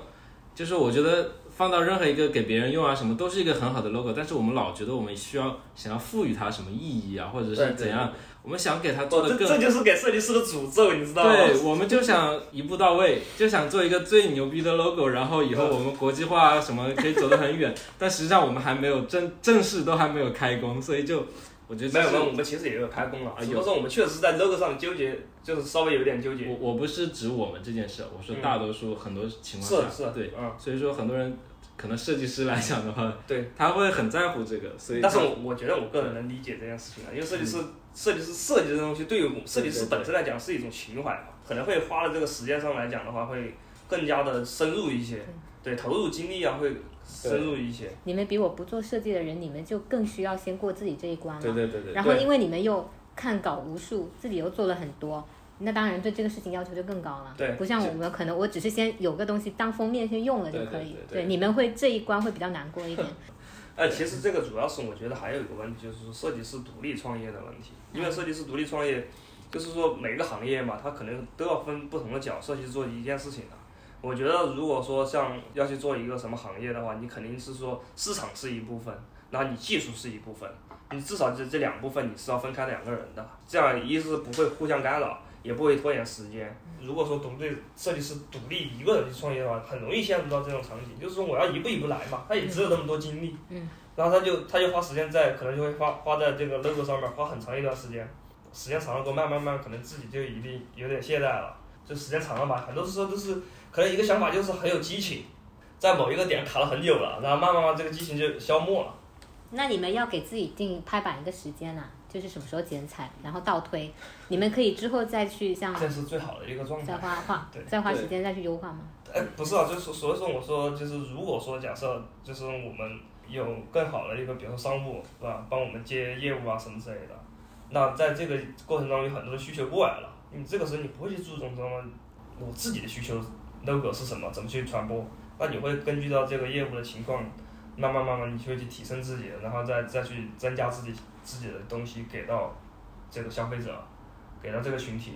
Speaker 3: 就是我觉得放到任何一个给别人用啊，什么都是一个很好的 logo，但是我们老觉得我们需要想要赋予它什么意义啊，或者
Speaker 5: 对
Speaker 3: 是
Speaker 5: 对
Speaker 3: 怎样，我们想给它做
Speaker 5: 哦，
Speaker 3: 的
Speaker 5: 这
Speaker 3: 更
Speaker 5: 这就是给设计师的诅咒，你知道吗？
Speaker 3: 对，我们就想一步到位，就想做一个最牛逼的 logo，然后以
Speaker 5: 嗯
Speaker 3: 后我们国际化啊什么可以走得很远，但实际上我们还没有正正式都还没有开工，所以就我觉得
Speaker 5: 没
Speaker 3: 这
Speaker 5: 有
Speaker 3: 是
Speaker 5: 没有，我们其实也有开工了，
Speaker 3: 啊
Speaker 5: 只
Speaker 3: 有
Speaker 5: 不过我们确实在 logo 上纠结，就是稍微有点纠结。
Speaker 3: 我我不是指我们这件事，我说
Speaker 5: 嗯
Speaker 3: 大多数很多情
Speaker 5: 是
Speaker 3: 况下，
Speaker 5: 是，
Speaker 3: 对，
Speaker 5: 嗯，
Speaker 3: 所以说很多人可能设计师来讲的话，
Speaker 5: 对，
Speaker 3: 他会很在乎这个，所以
Speaker 5: 但是
Speaker 3: 他
Speaker 5: 我我觉得我个人能理解这件事情啊，因为设计师、设计师设计这东西，对于我们设计师本身来讲是一种情怀嘛，可能会花的这个时间上来讲的话，会更加的深入一些，对，投入精力啊会深入一些，
Speaker 1: 你们比我不做设计的人，你们就更需要先过自己这一关了。
Speaker 3: 对对对对，
Speaker 1: 然后
Speaker 5: 对
Speaker 1: 因为你们又看稿无数，自己又做了很多，那当然对这个事情要求就更高了。
Speaker 5: 对
Speaker 1: 不像我们可能我只是先有个东西当封面先用了就
Speaker 3: 对对
Speaker 1: 可以。
Speaker 3: 对对
Speaker 1: 你们会这一关会比较难过一点。
Speaker 5: 哎，其实这个主要是我觉得还有一个问题，就是说设计师独立创业的问题，因为设计师独立创业，就是说每个行业嘛，他可能都要分不同的角色去做一件事情的。我觉得如果说像要去做一个什么行业的话，你肯定是说市场是一部分，然后你技术是一部分，你至少这这两部分你是要分开两个人的，这样一是不会互相干扰，也不会拖延时间。
Speaker 2: 嗯如果说独立设计师独立一个人去创业的话，很容易陷入到这种场景，就是说我要一步一步来嘛，他也只有那么多精力，
Speaker 1: 嗯，
Speaker 2: 然后他就他就花时间在可能就会花花在这个 logo 上面，花很长一段时间，时间长了过后，慢慢慢可能自己就已经有点懈怠了，就时间长了吧，很多时候就是可能一个想法就是很有激情，在某一个点卡了很久了，然后慢慢慢这个激情就消没了。
Speaker 1: 那你们要给自己定拍板一个时间啊，就是什么时候剪彩，然后倒推。你们可以之后再去像
Speaker 2: 这是最好的一个状态
Speaker 1: 再。花花
Speaker 2: 对
Speaker 1: 再花时间再去优化吗？
Speaker 2: 哎，不是啊，就是所以说我说就是如果说假设就是我们有更好的一个，比如说商务是吧，帮我们接业务啊什么之类的，那在这个过程当中有很多的需求过来了，你这个时候你不会去注重什么我自己的需求 logo 是什么，怎么去传播，那你会根据到这个业务的情况，慢慢慢慢你就会去提升自己，然后再再去增加自己自己的东西给到这个消费者，给到这个群体，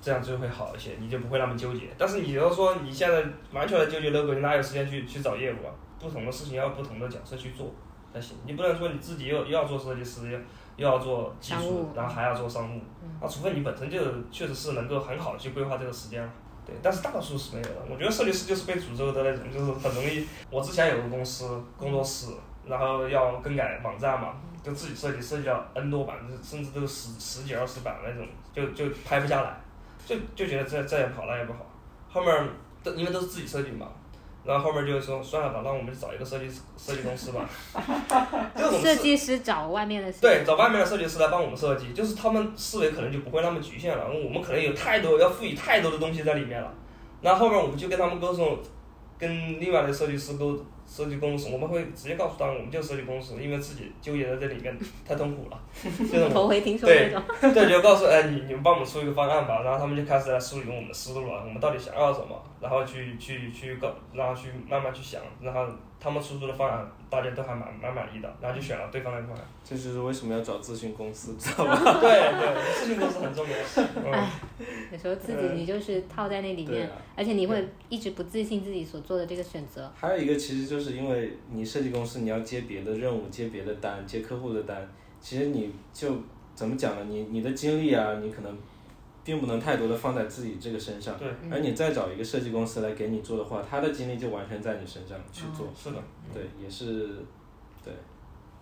Speaker 2: 这样就会好一些，你就不会那么纠结。但是你要说你现在完全的纠结 logo，你哪有时间去去找业务啊？不同的事情要不同的角色去做才行，你不能说你自己又又要做设计师，又又要做技
Speaker 1: 商
Speaker 2: 术
Speaker 1: 务，嗯
Speaker 2: 然后还要做商务，那、除非你本身就确实是能够很好的去规划这个时间了。对，但是大多数是没有的。我觉得设计师就是被诅咒的那种，就是很容易。我之前有个公司工作室，然后要更改网站嘛，就自己设计设计了 N 多版，甚至都十十几二十版那种，就就拍不下来。就就觉得这这也不好，那也不好。后面儿都因为都是自己设计嘛，然后后面就说算了吧，那我们就找一个设计师设计公司吧。这种
Speaker 1: 设
Speaker 2: 事
Speaker 1: 计师找外面的设计
Speaker 2: 对，找外面的设计师来帮我们设计，就是他们思维可能就不会那么局限了，我们可能有太多要赋予太多的东西在里面了。然后后面我们就跟他们沟通，跟另外的设计师沟设计公司，我们会直接告诉他们，我们就设计公司，因为自己纠结在这里面太痛苦了， 就那种
Speaker 1: 头回听说
Speaker 2: 对
Speaker 1: 这种，
Speaker 2: 对，就告诉哎，你你们帮我们出一个方案吧，然后他们就开始来梳理我们的思路了，啊我们到底想要什么，然后去去去搞，然后去慢慢去想，然后他们输出的方案大家都还蛮蛮满意的，然后就选了对方的方案。
Speaker 3: 这就是为什么要找咨询公司，
Speaker 2: 对对，咨询公司很重要。嗯，
Speaker 1: 有时候自己你就是套在那里
Speaker 3: 对
Speaker 1: 面，
Speaker 3: 啊。
Speaker 1: 而且你会一直不自信自己所做的这个选择。
Speaker 3: 还有一个，其实就是因为你设计公司，你要接别的任务、接别的单、接客户的单，其实你就怎么讲呢？你你的精力啊，你可能并不能太多的放在自己这个身上。
Speaker 2: 对
Speaker 3: 而你再找一个设计公司来给你做的话，他的精力就完全在你身上去做。
Speaker 2: 是
Speaker 5: 嗯
Speaker 2: 的，
Speaker 3: 对，也是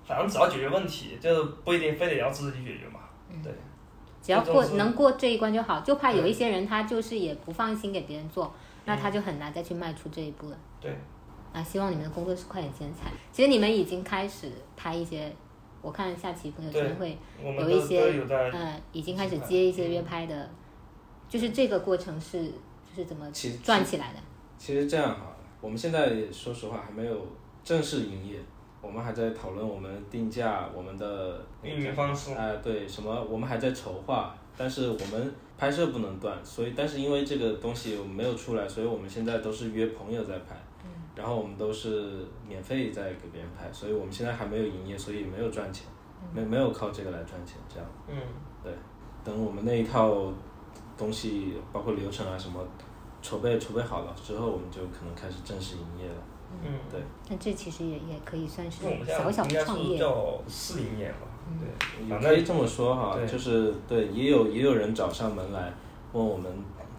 Speaker 2: 反正只要解决问题，就是不一定非得要自己解决嘛。对，
Speaker 1: 只要
Speaker 2: 这种
Speaker 1: 过
Speaker 2: 是
Speaker 1: 能过这一关就好，就怕有一些人他就是也不放心给别人做，那他就很难再去迈出这一步了。
Speaker 2: 对，
Speaker 1: 啊，希望你们的工作室快点剪彩。其实你们已经开始拍一些我看下期朋友
Speaker 2: 对
Speaker 1: 圈会
Speaker 2: 我们
Speaker 1: 有
Speaker 2: 都
Speaker 1: 一些
Speaker 2: 都有在
Speaker 1: 呃，已经开始接一些约拍
Speaker 2: 嗯
Speaker 1: 的，就是这个过程是就是怎么
Speaker 3: 其实
Speaker 1: 赚起来的？
Speaker 3: 其实这样好了，我们现在说实话还没有正式营业，我们还在讨论我们定价、我们的
Speaker 2: 运营方式
Speaker 3: 啊、对，什么我们还在筹划，但是我们拍摄不能断，所以但是因为这个东西我们没有出来，所以我们现在都是约朋友在拍，
Speaker 2: 嗯
Speaker 3: 然后我们都是免费在给别人拍，所以我们现在还没有营业，所以没有赚钱，没没有靠这个来赚钱，这样
Speaker 2: 嗯，
Speaker 3: 等我们那一套东西，包括流程啊什么。筹备筹备好了之后，我们就可能开始正式营业了。
Speaker 2: 嗯，
Speaker 1: 那这其实也也可以算是
Speaker 2: 那我们现在
Speaker 1: 小小
Speaker 2: 应
Speaker 1: 的
Speaker 2: 该
Speaker 1: 创
Speaker 2: 是
Speaker 1: 业。嗯
Speaker 2: 叫试营业吧，对。
Speaker 3: 也可以这么说哈，
Speaker 2: 对
Speaker 3: 就是对，也有也有人找上门来问我们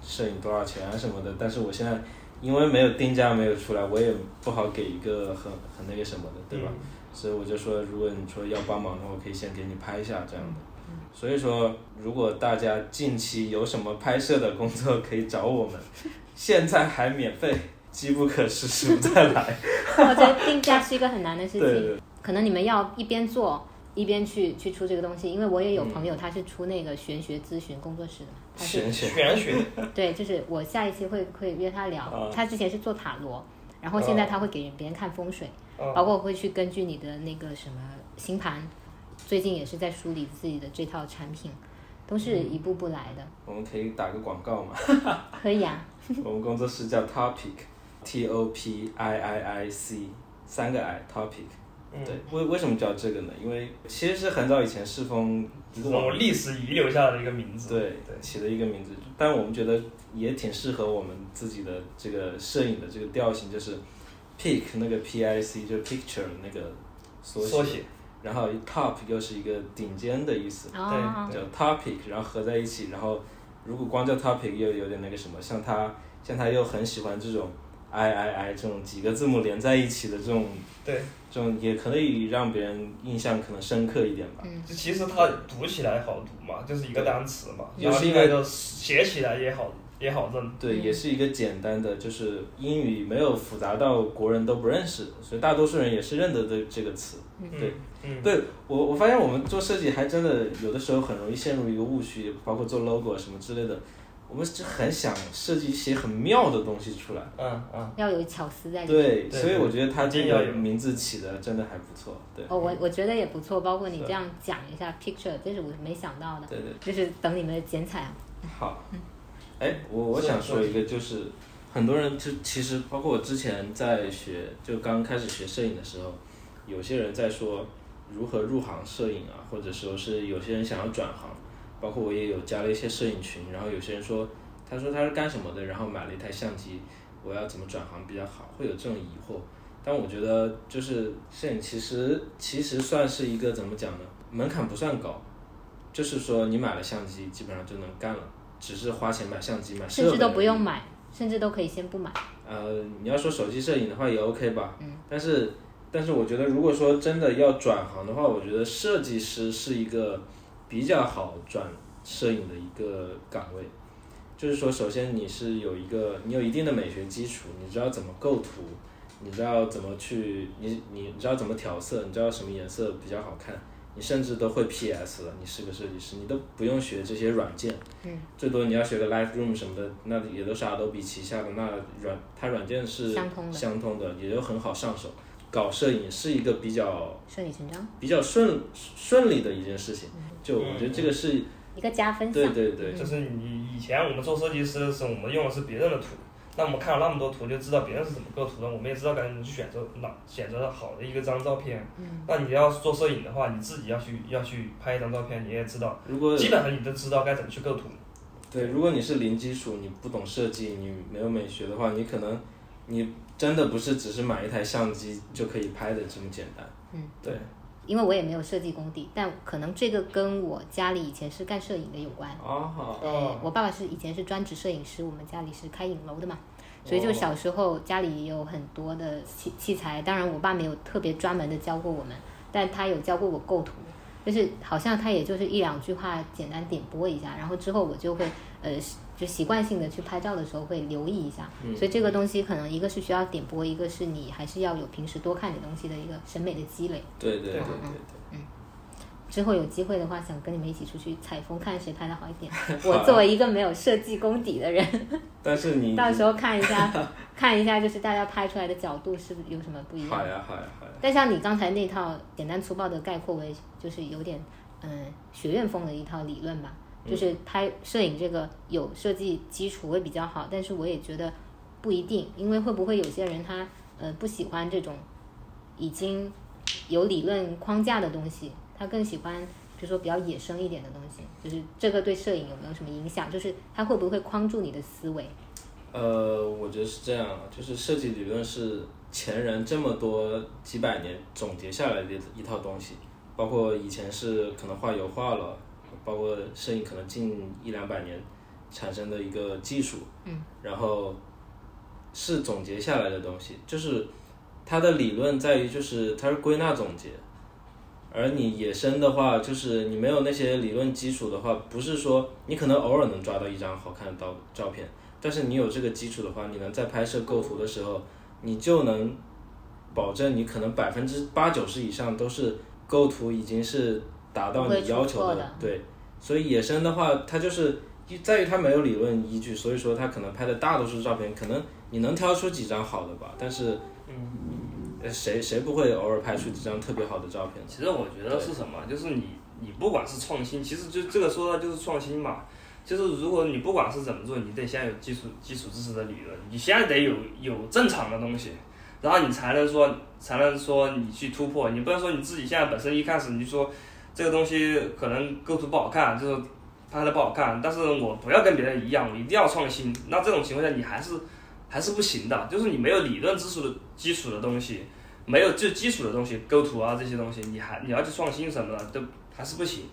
Speaker 3: 摄影多少钱啊什么的，但是我现在因为没有定价没有出来，我也不好给一个很很那个什么的，对吧？
Speaker 1: 嗯
Speaker 3: 所以我就说，如果你说要帮忙的话，我可以先给你拍一下这样的。
Speaker 1: 嗯
Speaker 3: 所以说，如果大家近期有什么拍摄的工作，可以找我们，现在还免费，机不可失，时不再来。
Speaker 1: 我觉得定价是一个很难的事
Speaker 3: 对
Speaker 1: 情。
Speaker 3: 对对，
Speaker 1: 可能你们要一边做一边去去出这个东西，因为我也有朋友他是出那个玄学咨询工作室 的嘛，他是
Speaker 3: 玄学
Speaker 2: 玄学，
Speaker 1: 对，就是我下一期会会约他聊，
Speaker 3: 啊
Speaker 1: 他之前是做塔罗，然后现在他会给别人看风水，
Speaker 3: 啊
Speaker 1: 包括会去根据你的那个什么星盘，最近也是在梳理自己的这套产品，都是一步步来的，
Speaker 3: 我们可以打个广告嘛。
Speaker 1: 可以啊，
Speaker 3: 我们工作室叫 Topic，T O P I I I C，三个 I Topic。
Speaker 2: 嗯
Speaker 3: 对，为为什么叫这个呢？因为其实是很早以前世风
Speaker 2: 这种历史遗留下的一个名字。
Speaker 3: 对
Speaker 2: 对，
Speaker 3: 起的一个名字，但我们觉得也挺适合我们自己的这个摄影的这个调性，就是 pic 那个 P I C 就是 picture 那个缩
Speaker 2: 缩写，
Speaker 3: 然后 top 又是一个顶尖的意思，
Speaker 1: 哦，
Speaker 2: 嗯
Speaker 3: 叫 topic，然后合在一起，然后如果光叫 topic 又有点那个什么，像他像他又很喜欢这种 i i i 这种几个字母连在一起的这种
Speaker 2: 对，
Speaker 3: 这种，也可以让别人印象可能深刻一点吧。
Speaker 1: 嗯
Speaker 2: 就其实它读起来好读嘛，就是一个单词嘛，
Speaker 3: 也
Speaker 2: 然后
Speaker 3: 是一
Speaker 2: 另
Speaker 3: 个
Speaker 2: 外一个写起来也好也好认。
Speaker 3: 对，也是一个简单的，就是英语没有复杂到国人都不认识，所以大多数人也是认得的这个词。对，
Speaker 2: 嗯，
Speaker 3: 对我，我发现我们做设计还真的有的时候很容易陷入一个误区，包括做 logo 什么之类的，我们就很想设计一些很妙的东西出来。
Speaker 2: 嗯嗯，
Speaker 1: 要有巧思在里面。
Speaker 3: 对，
Speaker 2: 对
Speaker 3: 所以我觉得他这个
Speaker 2: 一定要有
Speaker 3: 名字起的真的还不 错。对，
Speaker 1: 哦，我我觉得也不错，包括你
Speaker 2: 是
Speaker 1: 这样讲一下 picture，这是我没想到的，
Speaker 3: 对对，
Speaker 1: 就是等你们的剪彩啊。
Speaker 3: 好。哎，我我
Speaker 2: 是
Speaker 3: 想说一个，就是很多人就其实包括我之前在学，就刚开始学摄影的时候，有些人在说如何入行摄影啊，或者说是有些人想要转行，包括我也有加了一些摄影群，然后有些人说，他说他是干什么的，然后买了一台相机，我要怎么转行比较好，会有这种疑惑。但我觉得就是摄影其实其实算是一个怎么讲呢，门槛不算高，就是说你买了相机基本上就能干了，只是花钱买相机买设
Speaker 1: 甚
Speaker 3: 备，
Speaker 1: 至都不用。买，甚至都可以先不买。
Speaker 3: 呃，你要说手机摄影的话也 OK 吧，但是但是我觉得如果说真的要转行的话，我觉得设计师是一个比较好转摄影的一个岗位，就是说首先你是有一个你有一定的美学基础，你知道怎么构图，你知道怎么去你你知道怎么调色，你知道什么颜色比较好看。你甚至都会 PS 了，你是个设计师，你都不用学这些软件，嗯，最多你要学个 Lightroom 什么的，那也都是 Adobe 旗下的，那软它软件是
Speaker 1: 相通的
Speaker 3: 相通的，也就很好上手。搞摄影是一个比较
Speaker 1: 顺理成章，
Speaker 3: 比较顺顺利的一件事情，就我觉得这个是、
Speaker 1: 一个加嗯分项。
Speaker 3: 对对对，
Speaker 2: 就是你以前我们做设计师的时候，我们用的是别人的图，那我们看了那么多图，就知道别人是怎么构图的，我们也知道该怎么去选择哪选择好的一个张照片。嗯，那你要做摄影的话，你自己要去要去拍一张照片，你也知道，
Speaker 3: 如果
Speaker 2: 基本上你都知道该怎么去构图。
Speaker 3: 对，如果你是零基础，你不懂设计，你没有美学的话，你可能你真的不是只是买一台相机就可以拍的这么简单。嗯，对，
Speaker 1: 因为我也没有设计功底，但可能这个跟我家里以前是干摄影的有关。
Speaker 3: 啊好，
Speaker 2: 哦，
Speaker 1: 我爸爸是以前是专职摄影师，我们家里是开影楼的嘛，所以就小时候家里也有很多的器器材。当然，我爸没有特别专门的教过我们，但他有教过我构图，就是好像他也就是一两句话简单点拨一下，然后之后我就会呃 就习惯性的去拍照的时候会留意一下。所以这个东西可能一个是需要点拨，一个是你还是要有平时多看点东西的一个审美的积累。
Speaker 3: 对对对
Speaker 2: 对
Speaker 3: 对对，
Speaker 1: 之后有机会的话，想跟你们一起出去采风，看谁拍的好一点。我作为一个没有设计功底的人，
Speaker 3: 但是你
Speaker 1: 到时候看一下，看一下就是大家拍出来的角度是不是有什么不一样。
Speaker 3: 好呀好呀好呀，
Speaker 1: 但像你刚才那套简单粗暴的概括为，就是有点嗯学院风的一套理论吧，就是拍摄影这个有设计基础会比较好，但是我也觉得不一定，因为会不会有些人他呃不喜欢这种已经有理论框架的东西，他更喜欢比如说比较野生一点的东西，就是这个对摄影有没有什么影响？就是它会不会框住你的思维？
Speaker 3: 呃，我觉得是这样啊，就是设计理论是前人这么多几百年总结下来的一套东西，包括以前是可能画油画了，包括摄影可能近一两百年产生的一个技术，嗯，然后是总结下来的东西，就是它的理论在于就是它是归纳总结，而你野生的话，就是你没有那些理论基础的话，不是说你可能偶尔能抓到一张好看的照照片。但是你有这个基础的话，你能在拍摄构图的时候，你就能保证你可能百分之八九十以上都是构图已经是达到你
Speaker 1: 不
Speaker 3: 要求
Speaker 1: 会出错
Speaker 3: 的。
Speaker 1: 的
Speaker 3: 对，所以野生的话，它就是一在于它没有理论依据，所以说它可能拍的大多数照片，可能你能挑出几张好的吧，但是，嗯，谁谁不会偶尔拍出几张特别好的照片？
Speaker 5: 其实我觉得是什么，就是你你不管是创新，其实就这个说到就是创新嘛。就是如果你不管是怎么做，你得先有基础基础知识的理论，你先得有有正常的东西，然后你才能说才能说你去突破。你不能说你自己现在本身一开始你就说这个东西可能构图不好看，就是拍的不好看，但是我不要跟别人一样，我一定要创新。那这种情况下你还是还是不行的，就是你没有理论基础的基础的东西，没有最基础的东西，构图啊这些东西，你还你要去创新什么的都还是不行。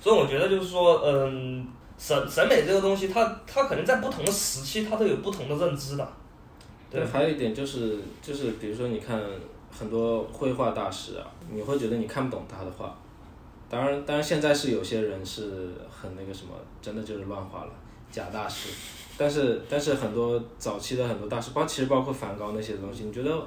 Speaker 2: 所以我觉得就是说，嗯，审审美这个东西，它它可能在不同的时期，它都有不同的认知的。对
Speaker 3: 对，还有一点就是就是，比如说你看很多绘画大师啊，你会觉得你看不懂他的画。当然，当然现在是有些人是很那个什么，真的就是乱画了，假大师。但是但是很多早期的很多大师，包其实包括梵高那些东西，你觉得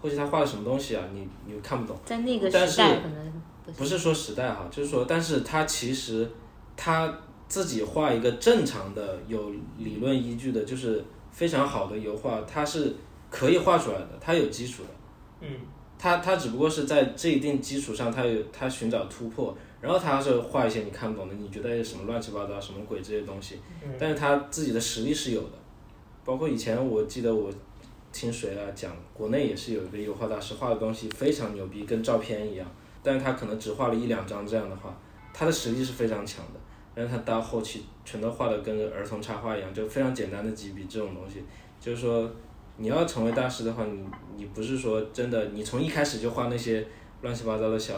Speaker 3: 或许他画的什么东西啊，你你看不懂。
Speaker 1: 在那个
Speaker 3: 但
Speaker 1: 时
Speaker 3: 是
Speaker 1: 代可能
Speaker 3: 不是说时代哈，就是说，但是他其实他自己画一个正常的、有理论依据的，就是非常好的油画，他是可以画出来的，他有基础的。嗯，他他只不过是在这一定基础上，他有他寻找突破，然后他是画一些你看不懂的，你觉得哎什么乱七八糟、什么鬼这些东西，但是他自己的实力是有的。包括以前我记得我听谁啊讲，国内也是有一个油画大师画的东西非常牛逼，跟照片一样。但是他可能只画了一两张这样的画，他的实力是非常强的。但是他到后期全都画的跟儿童插画一样，就非常简单的几笔这种东西。就是说，你要成为大师的话，你你不是说真的，你从一开始就画那些乱七八糟的小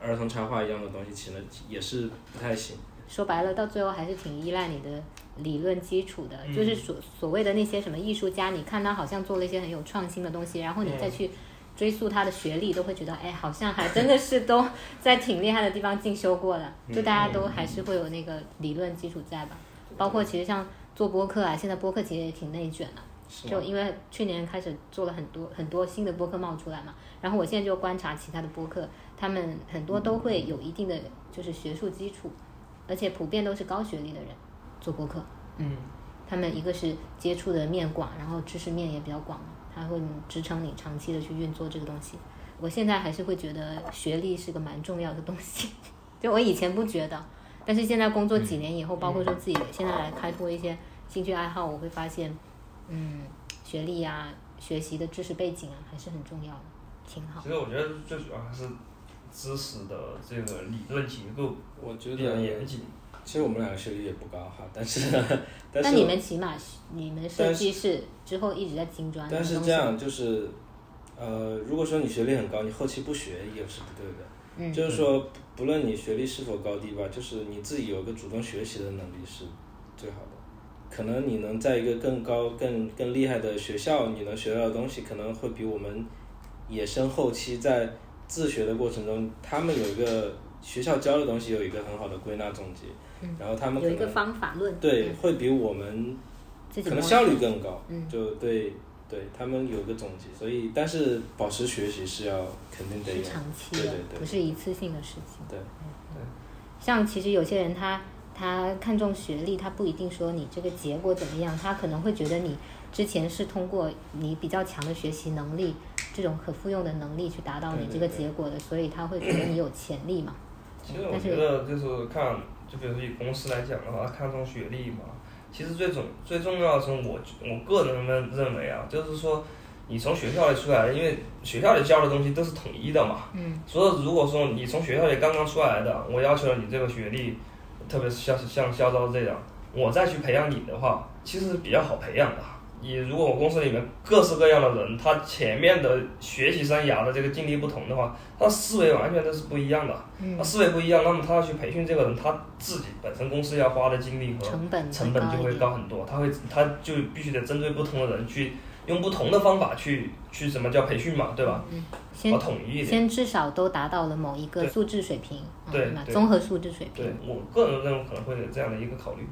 Speaker 3: 儿童插画一样的东西，其实也是不太行。
Speaker 1: 说白了，到最后还是挺依赖你的理论基础的。
Speaker 3: 嗯
Speaker 1: 就是所所谓的那些什么艺术家，你看他好像做了一些很有创新的东
Speaker 3: 嗯
Speaker 1: 西，然后你再去追溯他的学历，都会觉得，哎，好像还真的是都在挺厉害的地方进修过的。
Speaker 3: 嗯
Speaker 1: 就大家都还是会有那个理论基础在吧？
Speaker 3: 嗯
Speaker 1: 包括其实像做播客啊，现在播客其实也挺内卷的、
Speaker 3: 是
Speaker 1: 就因为去年开始做了很多很多新的播客冒出来嘛，然后我现在就观察其他的播客，他们很多都会有一定的就是学术基础，而且普遍都是高学历的人做播客，
Speaker 2: 嗯，
Speaker 1: 他们一个是接触的面广，然后知识面也比较广嘛，他会支撑你长期的去运作这个东西。我现在还是会觉得学历是个蛮重要的东西， 就我以前不觉得，但是现在工作几年以后，包括说自己现在来开拓一些兴趣爱好，我会发现，嗯，学历啊、学习的知识背景啊，还是很重要的，挺好。
Speaker 2: 其实我觉得最主要还是知识的这个理论结构
Speaker 3: 我觉
Speaker 2: 比较严谨。
Speaker 3: 其实我们两个学历也不高哈，但是但
Speaker 1: 但
Speaker 3: 是
Speaker 1: 你们起码是你们设
Speaker 3: 但
Speaker 1: 计是之后一直在精专，
Speaker 3: 但
Speaker 1: 你
Speaker 3: 是
Speaker 1: 们
Speaker 3: 这
Speaker 1: 东
Speaker 3: 样就是，呃，如果说你学历很高，你后期不学也是不对的。
Speaker 1: 嗯
Speaker 3: 就是说，不论你学历是否高低吧，就是你自己有一个主动学习的能力是最好的。可能你能在一个更高、更更厉害的学校，你能学到的东西，可能会比我们野生后期在自学的过程中，他们有一个学校教的东西有一个很好的归纳总结，然后他们
Speaker 1: 西
Speaker 3: 可
Speaker 1: 嗯有一个
Speaker 3: 能
Speaker 1: 方法论，
Speaker 3: 对
Speaker 1: 嗯，
Speaker 3: 会比我们
Speaker 1: 自己
Speaker 3: 可能
Speaker 1: 摸
Speaker 3: 效率更高，
Speaker 1: 嗯
Speaker 3: 就对对他们有个总结，所以但是保持学习是要肯定得
Speaker 1: 是
Speaker 3: 有，啊
Speaker 1: 长期
Speaker 3: 对
Speaker 1: 的，
Speaker 3: 对对
Speaker 1: 不是一次性的事情。
Speaker 3: 对
Speaker 1: 嗯像其实有些人他他看重学历，他不一定说你这个结果怎么样，他可能会觉得你之前是通过你比较强的学习能力，这种可复用的能力去达到你
Speaker 3: 对
Speaker 1: 这
Speaker 3: 对
Speaker 1: 个
Speaker 3: 对
Speaker 1: 结果的，所以他会觉得你有潜力嘛。
Speaker 2: 其实我觉得就是看，就比如说以公司来讲的话，看重学历嘛。其实最重最重要的是我我个人认认为啊，就是说你从学校里出来的，因为学校里教的东西都是统一的嘛。
Speaker 1: 嗯。
Speaker 2: 所以如果说你从学校里刚刚出来的，我要求你这个学历，特别是像像肖招这样，我再去培养你的话，其实是比较好培养的。你如果我公司里面各式各样的人，他前面的学习生涯的这个经历不同的话，他思维完全都是不一样的。他思维不一样，那么他要去培训这个人，他自己本身公司要花的精
Speaker 3: 嗯
Speaker 2: 力和
Speaker 1: 成本
Speaker 2: 成本就
Speaker 1: 一
Speaker 2: 会
Speaker 1: 点
Speaker 2: 高很多，他会他就必须得针对不同的人去用不同的方法去去什么叫培训嘛，对吧？
Speaker 1: 先
Speaker 2: 要统一一点。
Speaker 1: 先至少都达到了某一个
Speaker 2: 对
Speaker 1: 素质水平，嗯
Speaker 2: 对
Speaker 1: 对吧？
Speaker 2: 对
Speaker 1: 综合素质水
Speaker 2: 对
Speaker 1: 平。
Speaker 2: 我个人认为可能会有这样的一个考虑。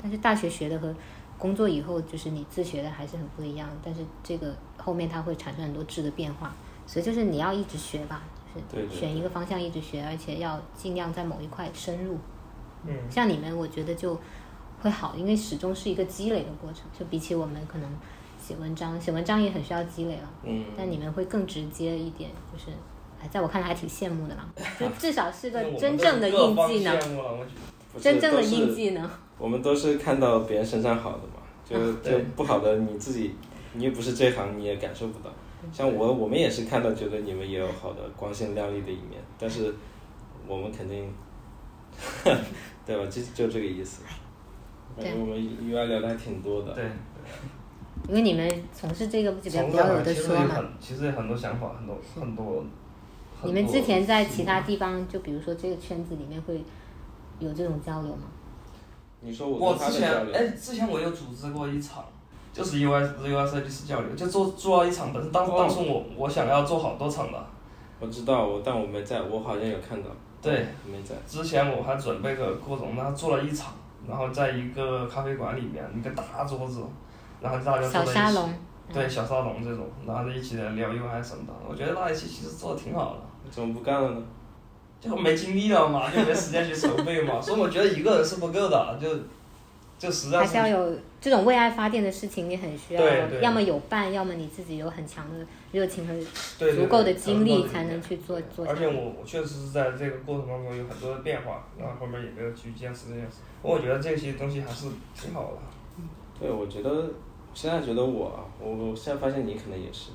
Speaker 1: 但是大学学的和工作以后就是你自学的还是很不一样，但是这个后面它会产生很多质的变化，所以就是你要一直学吧，就
Speaker 3: 对
Speaker 1: 是
Speaker 3: 对
Speaker 1: 选一个方向一直学，而且要尽量在某一块深入。
Speaker 2: 嗯，
Speaker 1: 像你们我觉得就会好，因为始终是一个积累的过程，就比起我们可能写文章，写文章也很需要积累了。
Speaker 3: 嗯，
Speaker 1: 但你们会更直接一点，就是，哎，在我看来还挺羡慕 的啦，就至少是个
Speaker 2: 因为我们
Speaker 1: 真
Speaker 2: 都
Speaker 1: 正的
Speaker 2: 各
Speaker 1: 硬
Speaker 2: 方
Speaker 1: 技能，
Speaker 2: 羡慕了我觉得
Speaker 3: 不是
Speaker 1: 真正的
Speaker 3: 都是
Speaker 1: 硬技能。
Speaker 3: 我们都是看到别人身上好的 嘛，就
Speaker 1: 啊
Speaker 3: 就
Speaker 2: 对
Speaker 3: 不好的你自己，你又不是这行，你也感受不到。像我，我们也是看到，觉得你们也有好的光鲜亮丽的一面，但是我们肯定， 对吧？就就这个意思。感觉
Speaker 1: 对
Speaker 3: 我们 UI 聊的还挺多的，
Speaker 2: 对，
Speaker 1: 因为你们从事这个就比较
Speaker 2: 从
Speaker 1: 比
Speaker 2: 这
Speaker 1: 较有
Speaker 2: 行
Speaker 1: 的
Speaker 2: 其实
Speaker 1: 说
Speaker 2: 有
Speaker 1: 嘛。
Speaker 2: 很，其实有很多想法，很多很多。很
Speaker 1: 你们
Speaker 2: 多
Speaker 1: 之前在其他地方，就比如说这个圈子里面会有这种交流吗？
Speaker 3: 你说
Speaker 2: 我
Speaker 3: 跟他
Speaker 2: 之
Speaker 3: 们
Speaker 2: 前
Speaker 3: 交流，
Speaker 2: 哎，之前我有组织过一场，就是 UI UI 设计师交流，就做做了一场，本身当
Speaker 3: 哦
Speaker 2: 当初我我想要做好多场的。
Speaker 3: 我知道，我但我没在，我好像有看到，
Speaker 2: 对，
Speaker 3: 没在。
Speaker 2: 之前我还准备个各种，然后做了一场，然后在一个咖啡馆里面一个大桌子，然后大家
Speaker 1: 小
Speaker 2: 坐在
Speaker 1: 沙
Speaker 2: 一起，
Speaker 1: 龙，
Speaker 2: 对小沙龙这种，然后在一起聊 UI 什么的，我觉得那一期其实做的挺好的。
Speaker 3: 怎么不干了呢？
Speaker 2: 就没精力了嘛，就没时间去筹备嘛，所以我觉得一个人是不够的，就就实在
Speaker 1: 还是要
Speaker 2: 是
Speaker 1: 有这种为爱发电的事情，你很需要
Speaker 2: 对，对
Speaker 1: 要么有伴，要么你自己有很强的热情和
Speaker 2: 对对对
Speaker 1: 足够的精
Speaker 2: 足
Speaker 1: 力
Speaker 2: 够的
Speaker 1: 才能去做做下
Speaker 2: 而且
Speaker 1: 去。
Speaker 2: 我我确实是在这个过程当中有很多的变化，然后后面也没有去坚持这件事。我觉得这些东西还是挺好的。
Speaker 3: 对，我觉得我现在觉得我啊，我我现在发现你可能也是，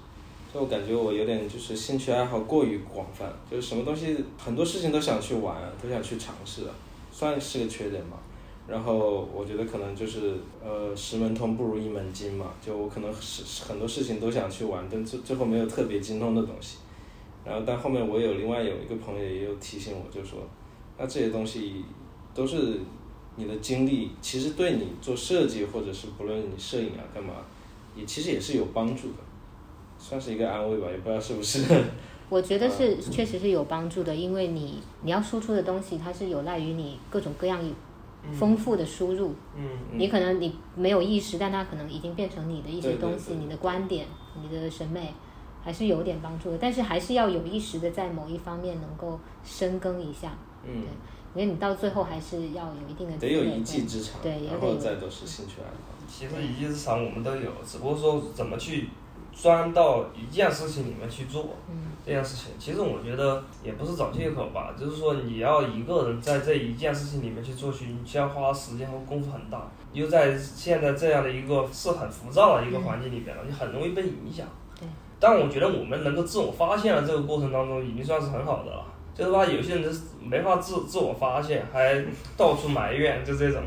Speaker 3: 就我感觉我有点就是兴趣爱好过于广泛，就是什么东西很多事情都想去玩，都想去尝试，算是个缺点吧。然后我觉得可能就是呃十门通不如一门精嘛，就我可能是很多事情都想去玩，但最最后没有特别精通的东西。然后但后面我有另外有一个朋友也有提醒我，就说那这些东西都是你的经历，其实对你做设计或者是不论你摄影啊干嘛，也其实也是有帮助的，算是一个安慰吧，也不知道是不是。
Speaker 1: 我觉
Speaker 2: 嗯
Speaker 1: 得是确实是有帮助的，因为你你要输出的东西，它是有赖于你各种各样丰富的输入，
Speaker 2: 嗯，
Speaker 3: 嗯
Speaker 1: 你可能你没有意识，但它可能已经变成你的一些
Speaker 3: 对对
Speaker 1: 东西，
Speaker 3: 对对
Speaker 1: 你的观点、你的审美，还是有点帮助的。但是还是要有意识的在某一方面能够深耕一下，
Speaker 3: 嗯，
Speaker 1: 因为你到最后还是要有一定的积
Speaker 3: 得
Speaker 1: 累
Speaker 3: 有一技之长，
Speaker 1: 对也得
Speaker 3: 然后
Speaker 1: 有
Speaker 3: 再都是兴趣爱好。
Speaker 2: 其实一技之长我们都有，只不过说怎么去钻到一件事情里面去做。
Speaker 1: 嗯，
Speaker 2: 这件事情，其实我觉得也不是找借口吧，就是说你要一个人在这一件事情里面去做去，你需要花时间和功夫很大。你就在现在这样的一个是很浮躁的一个环境里面了，你很容易被影响。
Speaker 1: 嗯对。
Speaker 2: 但我觉得我们能够自我发现的这个过程当中，已经算是很好的了。就是吧，有些人就是没法自自我发现，还到处埋怨，就这种。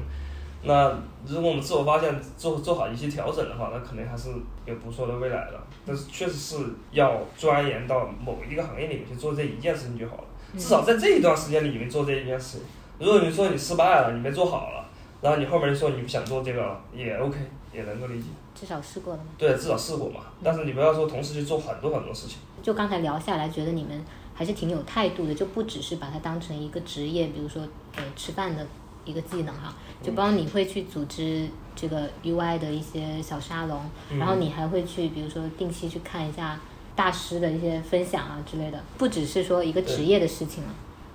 Speaker 2: 那如果我们自我发现做做好一些调整的话，那肯定还是有不错的未来的。但是确实是要钻研到某一个行业里面去做这一件事情就好了，至少在这一段时间里面做这一件事情。如果你说你失败了，你没做好了，然后你后面说你不想做这个了，也 OK，也能够理解。
Speaker 1: 至少试过了嘛。
Speaker 2: 对，至少试过嘛。但是你不要说同时去做很多很多事情。
Speaker 1: 就刚才聊下来，觉得你们还是挺有态度的，就不只是把它当成一个职业，比如说呃吃饭的一个技能哈、就帮你会去组织这个 UI 的一些小沙龙，然后你还会去比如说定期去看一下大师的一些分享啊之类的，不只是说一个职业的事情了。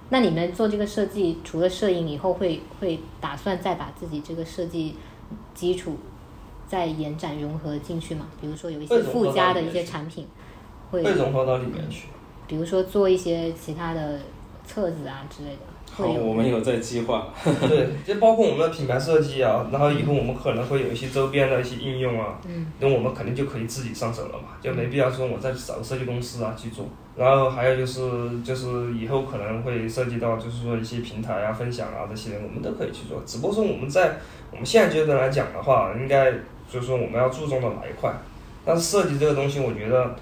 Speaker 1: 那你们做这个设计，除了摄影以后会会打算再把自己这个设计基础再延展融合进去吗？比如说有一些
Speaker 2: 会融合
Speaker 1: 附加
Speaker 2: 到
Speaker 1: 的
Speaker 2: 里
Speaker 1: 一
Speaker 2: 面
Speaker 1: 些
Speaker 2: 去
Speaker 1: 产品，会
Speaker 2: 被融合到里面去。
Speaker 1: 比如说做一些其他的册子啊之类的，
Speaker 3: 好，
Speaker 1: 会有
Speaker 3: 我们有在计划，
Speaker 2: 对，就包括我们的品牌设计啊，然后以后我们可能会有一些周边的一些应用啊，嗯，那我们肯定就可以自己上手了嘛，就没必要说我再去找个设计公司啊去做。然后还有就是就是以后可能会涉及到就是说一些平台啊、分享啊这些，我们都可以去做。只不过说我们在我们现在阶段来讲的话，应该就是说我们要注重到哪一块？但是设计这个东西，我觉得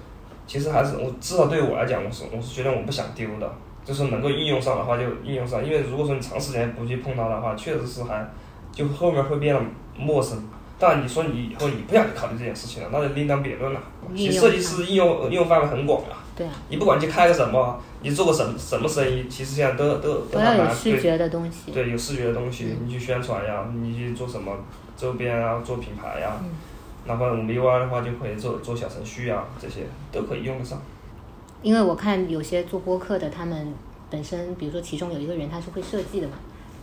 Speaker 2: 其实还是我至少对我来讲，我是我是觉得我不想丢的。就是能够应用上的话就应用上，因为如果说你长时间不去碰它的话，确实是还就后面会变得陌生。但你说你以后你不想去考虑这件事情了，那就另当别论了。其实设计师应用应用范围很广啊，
Speaker 1: 对啊，
Speaker 2: 你不管去开个什么，啊你做个什么什么生意，其实现在都都
Speaker 1: 都
Speaker 2: 都
Speaker 1: 要
Speaker 2: 还
Speaker 1: 有
Speaker 2: 蛮
Speaker 1: 视
Speaker 2: 对
Speaker 1: 觉的东西。
Speaker 2: 对有视觉的东西，你去宣传呀，你去做什么周边啊，做品牌呀，哪怕我们 UI 的话就可以做做小程序啊，这些都可以用得上。
Speaker 1: 因为我看有些做播客的，他们本身比如说其中有一个人他是会设计的嘛，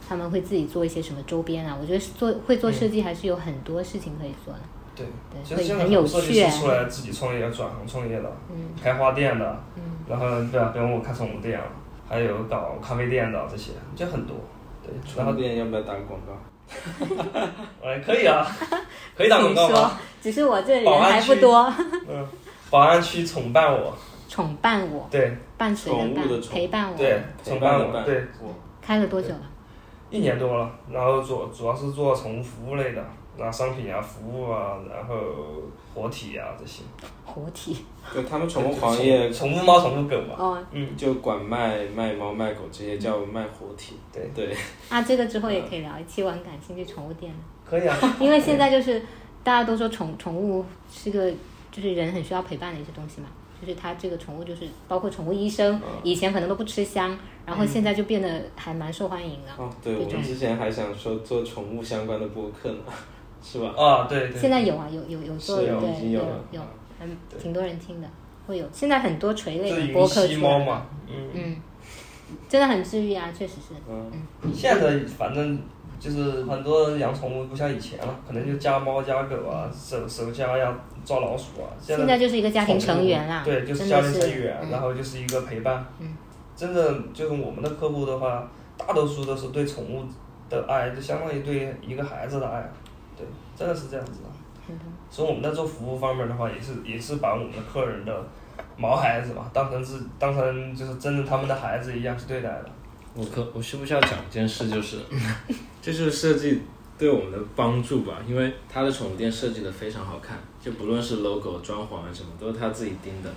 Speaker 1: 他们会自己做一些什么周边啊。我觉得是做会做设计还是有很多事情可以做的。
Speaker 2: 对，
Speaker 1: 对
Speaker 2: 其
Speaker 1: 嗯会
Speaker 2: 实现在
Speaker 1: 很有
Speaker 2: 设计
Speaker 1: 趣哎
Speaker 2: 师出来自己创业、转行创业的，
Speaker 1: 嗯
Speaker 2: 开花店的，
Speaker 1: 嗯
Speaker 2: 然后对吧、比如我开宠物店啊，还有搞咖啡店的这些，就很多。对，然
Speaker 3: 宠
Speaker 2: 后
Speaker 3: 物店要不要打广告？
Speaker 2: 哎，可以啊，可以打广 告
Speaker 1: 你说
Speaker 2: 吗？，
Speaker 1: 只是我这
Speaker 2: 保
Speaker 1: 人
Speaker 2: 安
Speaker 1: 还不
Speaker 2: 区
Speaker 1: 多。
Speaker 2: 嗯，宝安区宠伴我，
Speaker 1: 宠伴我，
Speaker 2: 对
Speaker 1: 伴随
Speaker 3: 宠物
Speaker 1: 伴，
Speaker 3: 的宠
Speaker 1: 陪伴我。
Speaker 2: 对，
Speaker 3: 陪
Speaker 2: 宠
Speaker 3: 伴
Speaker 2: 伴
Speaker 3: 的
Speaker 2: 我，
Speaker 3: 伴
Speaker 2: 对，
Speaker 1: 开了多久了？
Speaker 2: 一年多了，然后主主要是做宠物服务类的，然后商品啊、服务啊，然后活体啊这些。
Speaker 1: 活体
Speaker 3: 就他们宠物行业
Speaker 2: 宠物猫、宠物狗嘛，
Speaker 1: 哦，
Speaker 2: 嗯，
Speaker 3: 就管卖卖猫卖狗这些叫卖活体，
Speaker 2: 对
Speaker 3: 对，
Speaker 1: 那这个之后也可以聊一期，我很感兴趣宠物店的。
Speaker 2: 可以啊。
Speaker 1: 因为现在就是大家都说宠宠物是个就是人很需要陪伴的一些东西嘛，就是它这个宠物就是包括宠物医生，
Speaker 2: 嗯
Speaker 1: 以前可能都不吃香，然后现在就变得还蛮受欢迎的。
Speaker 3: 哦，对
Speaker 1: 对
Speaker 3: 我们之前还想说做宠物相关的播客呢，是吧？
Speaker 2: 啊，对对。
Speaker 1: 现在有啊，有有有做
Speaker 3: 是
Speaker 1: 对
Speaker 3: 有已经有
Speaker 1: 有
Speaker 3: 了，
Speaker 1: 有，还
Speaker 2: 嗯对
Speaker 1: 挺多人听的，会有。现在很多垂
Speaker 2: 就
Speaker 1: 类
Speaker 2: 是
Speaker 1: 的
Speaker 2: 云
Speaker 1: 播客
Speaker 2: 吸
Speaker 1: 出
Speaker 2: 猫
Speaker 1: 来，
Speaker 2: 嘛，嗯，
Speaker 1: 嗯，真的很治愈啊，确实是。
Speaker 3: 嗯，
Speaker 2: 现在反正就是很多养宠物不像以前了，可能就家猫家狗啊，手手家呀，抓老鼠啊，现
Speaker 1: 现在就是一个家庭成员啦，
Speaker 2: 对，就是
Speaker 1: 真
Speaker 2: 家
Speaker 1: 的
Speaker 2: 庭
Speaker 1: 是
Speaker 2: 成员，啊
Speaker 1: 嗯
Speaker 2: 然后就是一个陪伴。
Speaker 1: 嗯
Speaker 2: 真的就是我们的客户的话，大多数都是对宠物的爱，就相当于对一个孩子的爱，对，真的是这样子的。
Speaker 1: 很多
Speaker 2: 所以我们在做服务方面的话，也是也是把我们的客人的毛孩子嘛，当成是当成就是真正他们的孩子一样去对待的。
Speaker 3: 我可我需不需要讲一件事，就是 就是设计对我们的帮助吧，因为他的宠物店设计的非常好看，就不论是 logo、装潢啊什么，都是他自己盯的。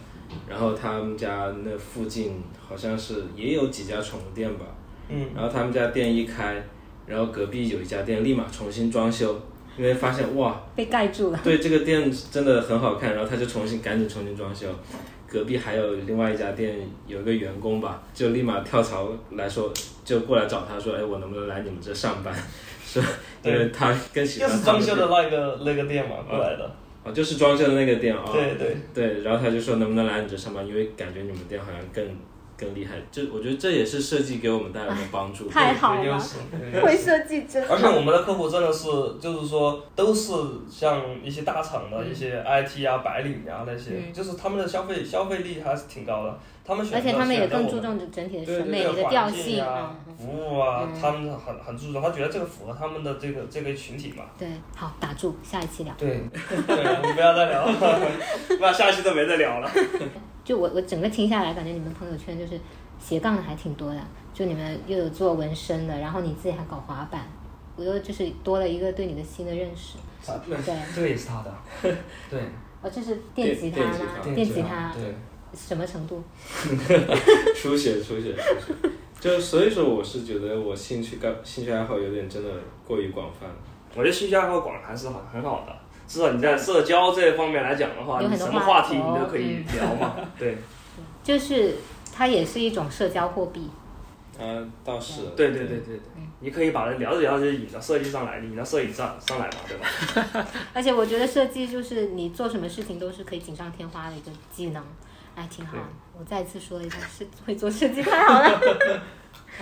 Speaker 3: 然后他们家那附近好像是也有几家宠物店吧，
Speaker 2: 嗯，
Speaker 3: 然后他们家店一开，然后隔壁有一家店立马重新装修，因为发现哇，
Speaker 1: 嗯被盖住了，
Speaker 3: 对这个店真的很好看，然后他就重新赶紧重新装修。隔壁还有另外一家店，有一个员工吧，就立马跳槽来说，就过来找他说，哎，我能不能来你们这上班？ 是吧，因为他更喜
Speaker 2: 就
Speaker 3: 欢
Speaker 2: 是
Speaker 3: 他
Speaker 2: 装
Speaker 3: 们
Speaker 2: 修
Speaker 3: 这
Speaker 2: 的那个那个店嘛过来的。
Speaker 3: 哦，就是装修的那个店哦。
Speaker 2: 对啊对，
Speaker 3: 对，然后他就说能不能来你这上班，因为感觉你们店好像更更厉害。这我觉得这也是设计给我们带来的帮助。
Speaker 1: 太好
Speaker 2: 有优
Speaker 1: 了，
Speaker 2: 势。有优势
Speaker 1: 会设计真
Speaker 2: 而且
Speaker 1: 好。
Speaker 2: 我们的客户真的是，就是说，都是像一些大厂的一些 IT 啊、白领啊那些，
Speaker 1: 嗯
Speaker 2: 就是他们的消费消费力还是挺高的。他们选择
Speaker 1: 而且他们也
Speaker 2: 选择
Speaker 1: 更
Speaker 2: 我
Speaker 1: 注重整体的
Speaker 2: 对
Speaker 1: 审
Speaker 2: 对
Speaker 1: 美
Speaker 2: 对
Speaker 1: 的一个
Speaker 2: 环
Speaker 1: 调
Speaker 2: 境
Speaker 1: 性
Speaker 2: 啊
Speaker 1: 啊。、嗯
Speaker 2: 服务啊，
Speaker 1: 嗯
Speaker 2: 他们很很注重，他觉得这个符合他们的这个这个群体嘛。
Speaker 1: 对，好，打住，下一期聊。
Speaker 2: 对， 对，我们不要再聊了。
Speaker 5: 那下期都没得聊了。
Speaker 1: 就我我整个听下来，感觉你们朋友圈就是斜杠的还挺多的，就你们又有做纹身的，然后你自己还搞滑板，我又就是多了一个对你的新的认识。对，
Speaker 2: 这个也啊是他 的，对，
Speaker 1: 哦，这是电吉他
Speaker 3: 电
Speaker 1: 吗？
Speaker 2: 电
Speaker 1: 电吉他
Speaker 2: 对，
Speaker 1: 什么程度？
Speaker 3: 出血出血出血，就所以说我是觉得我兴趣高兴趣爱好有点真的过于广泛了。
Speaker 5: 我觉得兴趣爱好广还是很很好的，至少你在社交这方面来讲的话，
Speaker 1: 有
Speaker 5: 你
Speaker 1: 很多
Speaker 5: 什么话
Speaker 1: 话
Speaker 5: 题你都可以聊嘛。对，
Speaker 1: 就是它也是一种社交货币，
Speaker 3: 啊，倒是
Speaker 2: 对对对对对，你可以把人聊着聊着就引到设计上来，引到摄影上上来嘛，对 吧？
Speaker 1: 而且我觉得设计就是你做什么事情都是可以锦上添花的一个技能，哎，挺好
Speaker 2: 对。
Speaker 1: 我再次说一下，是会做设计太好了。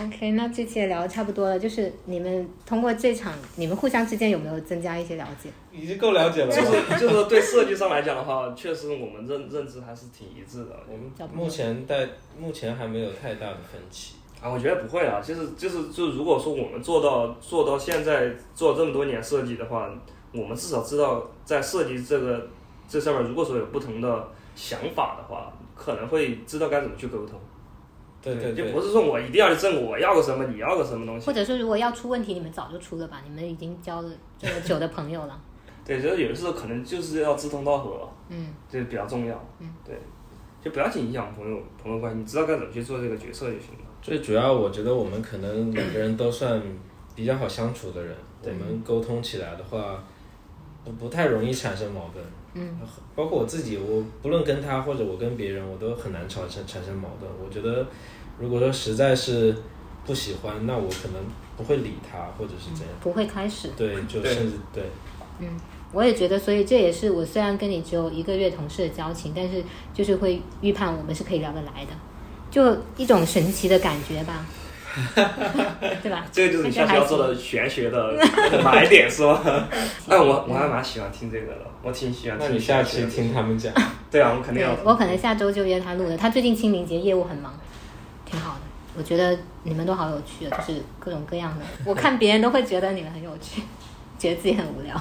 Speaker 1: OK，那这期也聊得差不多了，就是你们通过这场，你们互相之间有没有增加一些了解？
Speaker 3: 已经够了解了。
Speaker 2: 就是就是说对设计上来讲的话，确实我们认认知还是挺一致的。
Speaker 3: 我们目前在目前还没有太大的分歧。
Speaker 2: 啊，我觉得不会啊，就是就是就如果说我们做到做到现在做这么多年设计的话，我们至少知道在设计这个这上面，如果说有不同的想法的话，可能会知道该怎么去沟通。
Speaker 3: 对对
Speaker 2: 就
Speaker 3: 对，
Speaker 2: 不是说我一定要去证我要个什么，你要个什么东西
Speaker 1: 或。者说，如果要出问题，你们早就出了吧？你们已经交了这么久的朋友了。
Speaker 2: 对，就是有的时候可能就是要志同道合，
Speaker 1: 嗯，
Speaker 2: 这比较重要。嗯，对，就不要去影响朋友朋友关系，你知道该怎么去做这个决策就行了。
Speaker 3: 最主要我觉得我们可能两个人都算比较好相处的人，我们沟通起来的话，不不太容易产生矛盾。嗯，包括我自己，我不论跟他或者我跟别人，我都很难产生产生矛盾。我觉得，如果说实在是不喜欢，那我可能不会理他，或者是怎样。
Speaker 1: 不会开始。
Speaker 3: 对，就
Speaker 2: 对
Speaker 3: 甚至对，
Speaker 1: 我也觉得，所以这也是我虽然跟你只有一个月同事的交情，但是就是会预判我们是可以聊得来的，就一种神奇的感觉吧， 对吧？
Speaker 2: 这个就是你下期
Speaker 1: 那
Speaker 2: 要
Speaker 1: 还行
Speaker 2: 做的玄学 的买点是 吧？哎，我我还蛮喜欢听这个的，我挺喜欢
Speaker 3: 那
Speaker 2: 听。
Speaker 3: 你下期？听他们 讲。
Speaker 2: 对啊，我们肯定
Speaker 1: 对
Speaker 2: 要。，
Speaker 1: 我可能下周就约他录了。他最近清明节业务很忙，挺好的。我觉得你们都好有趣啊，就是各种各样的。我看别人都会觉得你们很有趣，觉得自己很无聊。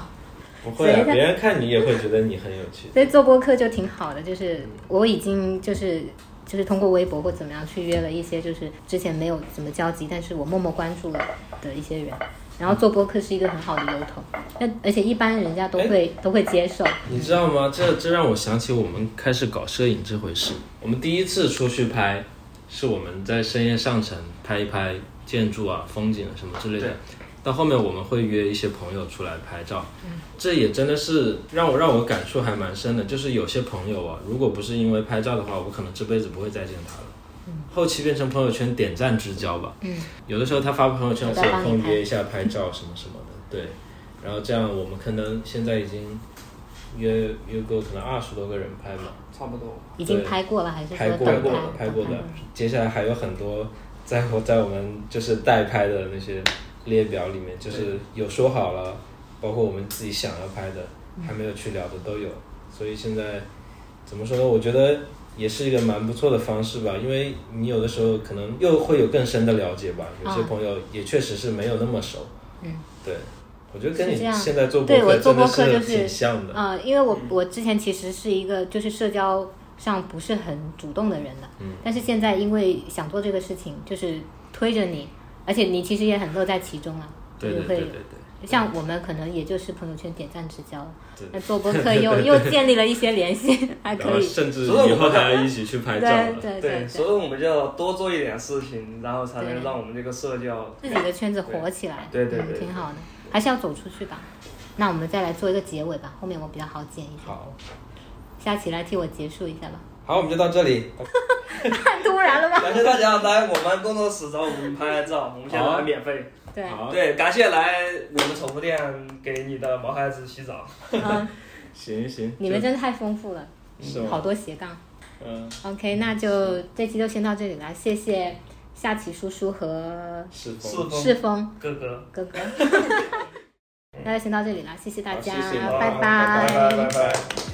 Speaker 3: 不会啊，
Speaker 1: 谁他
Speaker 3: 别人看你也会觉得你很有趣。
Speaker 1: 所以做播客就挺好的，就是我已经就是就是通过微博或怎么样去约了一些就是之前没有怎么交集，但是我默默关注了的一些人。然后做播客是一个很好的由头，那而且一般人家都会
Speaker 3: 哎
Speaker 1: 都会接受。
Speaker 3: 你知道吗？这这让我想起我们开始搞摄影这回事。我们第一次出去拍，是我们在深夜上城拍一拍建筑啊、风景啊什么之类的
Speaker 2: 对。
Speaker 3: 到后面我们会约一些朋友出来拍照，这也真的是让我让我感触还蛮深的。就是有些朋友啊，如果不是因为拍照的话，我可能这辈子不会再见他了。后期变成朋友圈点赞之交吧。嗯，有的时候他发朋友圈，
Speaker 1: 我
Speaker 3: 我
Speaker 1: 在
Speaker 3: 有
Speaker 1: 帮你
Speaker 3: 空
Speaker 1: 拍
Speaker 3: 约一下拍照什么什么的。对，然后这样我们可能现在已经约约过可能二十多个人拍吧，
Speaker 2: 差不多。
Speaker 1: 已经
Speaker 3: 对
Speaker 1: 拍过了，还是
Speaker 3: 拍
Speaker 1: 说
Speaker 3: 过
Speaker 1: 等
Speaker 3: 的
Speaker 1: 拍
Speaker 3: 拍过的
Speaker 1: 等，
Speaker 3: 接下来还有很多在我在我们就是代拍的那些列表里面，就是有说好了，包括我们自己想要拍的，
Speaker 1: 嗯
Speaker 3: 还没有去聊的都有，所以现在怎么说呢？我觉得也是一个蛮不错的方式吧，因为你有的时候可能又会有更深的了解吧，有些
Speaker 1: 啊
Speaker 3: 朋友也确实是没有那么熟，
Speaker 1: 嗯，
Speaker 3: 对。我觉得跟你
Speaker 1: 是这样
Speaker 3: 现在做播
Speaker 1: 对我
Speaker 3: 客
Speaker 1: 做
Speaker 3: 真的
Speaker 1: 播客
Speaker 3: 是
Speaker 1: 就是
Speaker 3: 挺像的，
Speaker 1: 呃，因为我我之前其实是一个就是社交上不是很主动的人的，
Speaker 3: 嗯
Speaker 1: 但是现在因为想做这个事情，就是推着你，而且你其实也很乐在其中啊，
Speaker 3: 对对
Speaker 1: 就
Speaker 3: 对
Speaker 1: 会
Speaker 3: 对对。
Speaker 1: 像我们可能也就是朋友圈点赞之交
Speaker 3: 对，
Speaker 1: 那做 播客又又建立了一些联系，还
Speaker 3: 然
Speaker 1: 可
Speaker 3: 后
Speaker 1: 以，
Speaker 3: 甚至以
Speaker 2: 所以我们
Speaker 3: 后还要一起去拍
Speaker 1: 对
Speaker 3: 照了。
Speaker 1: 对
Speaker 2: 对，
Speaker 1: 对，
Speaker 2: 所以我们就要多做一点事情，然后才能让我们这个社交
Speaker 1: 自己的圈子火起来，
Speaker 2: 对对
Speaker 1: 嗯
Speaker 2: 对对
Speaker 1: 挺好的，还是要走出去吧。那我们再来做一个结尾吧，后面我比较好剪一下，
Speaker 3: 好，
Speaker 1: 下期来替我结束一下吧。
Speaker 3: 好，我们就到这里。
Speaker 1: 太突然了吧？
Speaker 2: 感谢大家来我们工作室找我们拍拍照，我们现在还免费。
Speaker 1: 对，
Speaker 3: 好，
Speaker 2: 对，感谢来我们宠物店给你的毛孩子洗澡。
Speaker 1: 嗯，
Speaker 3: 行行，
Speaker 1: 你们真的太丰富了，
Speaker 3: 是
Speaker 1: 好
Speaker 3: 吗？
Speaker 1: 多斜杠。
Speaker 3: 嗯，
Speaker 1: OK，那就这期就先到这里了，谢谢夏奇叔叔和
Speaker 3: 是
Speaker 2: 是
Speaker 3: 风，
Speaker 1: 世峰。
Speaker 2: 哥哥。
Speaker 1: 哥 哥。那就先到这里了，谢谢大
Speaker 3: 好
Speaker 1: 家，
Speaker 3: 谢谢
Speaker 2: 好
Speaker 1: 拜
Speaker 2: 拜拜拜拜。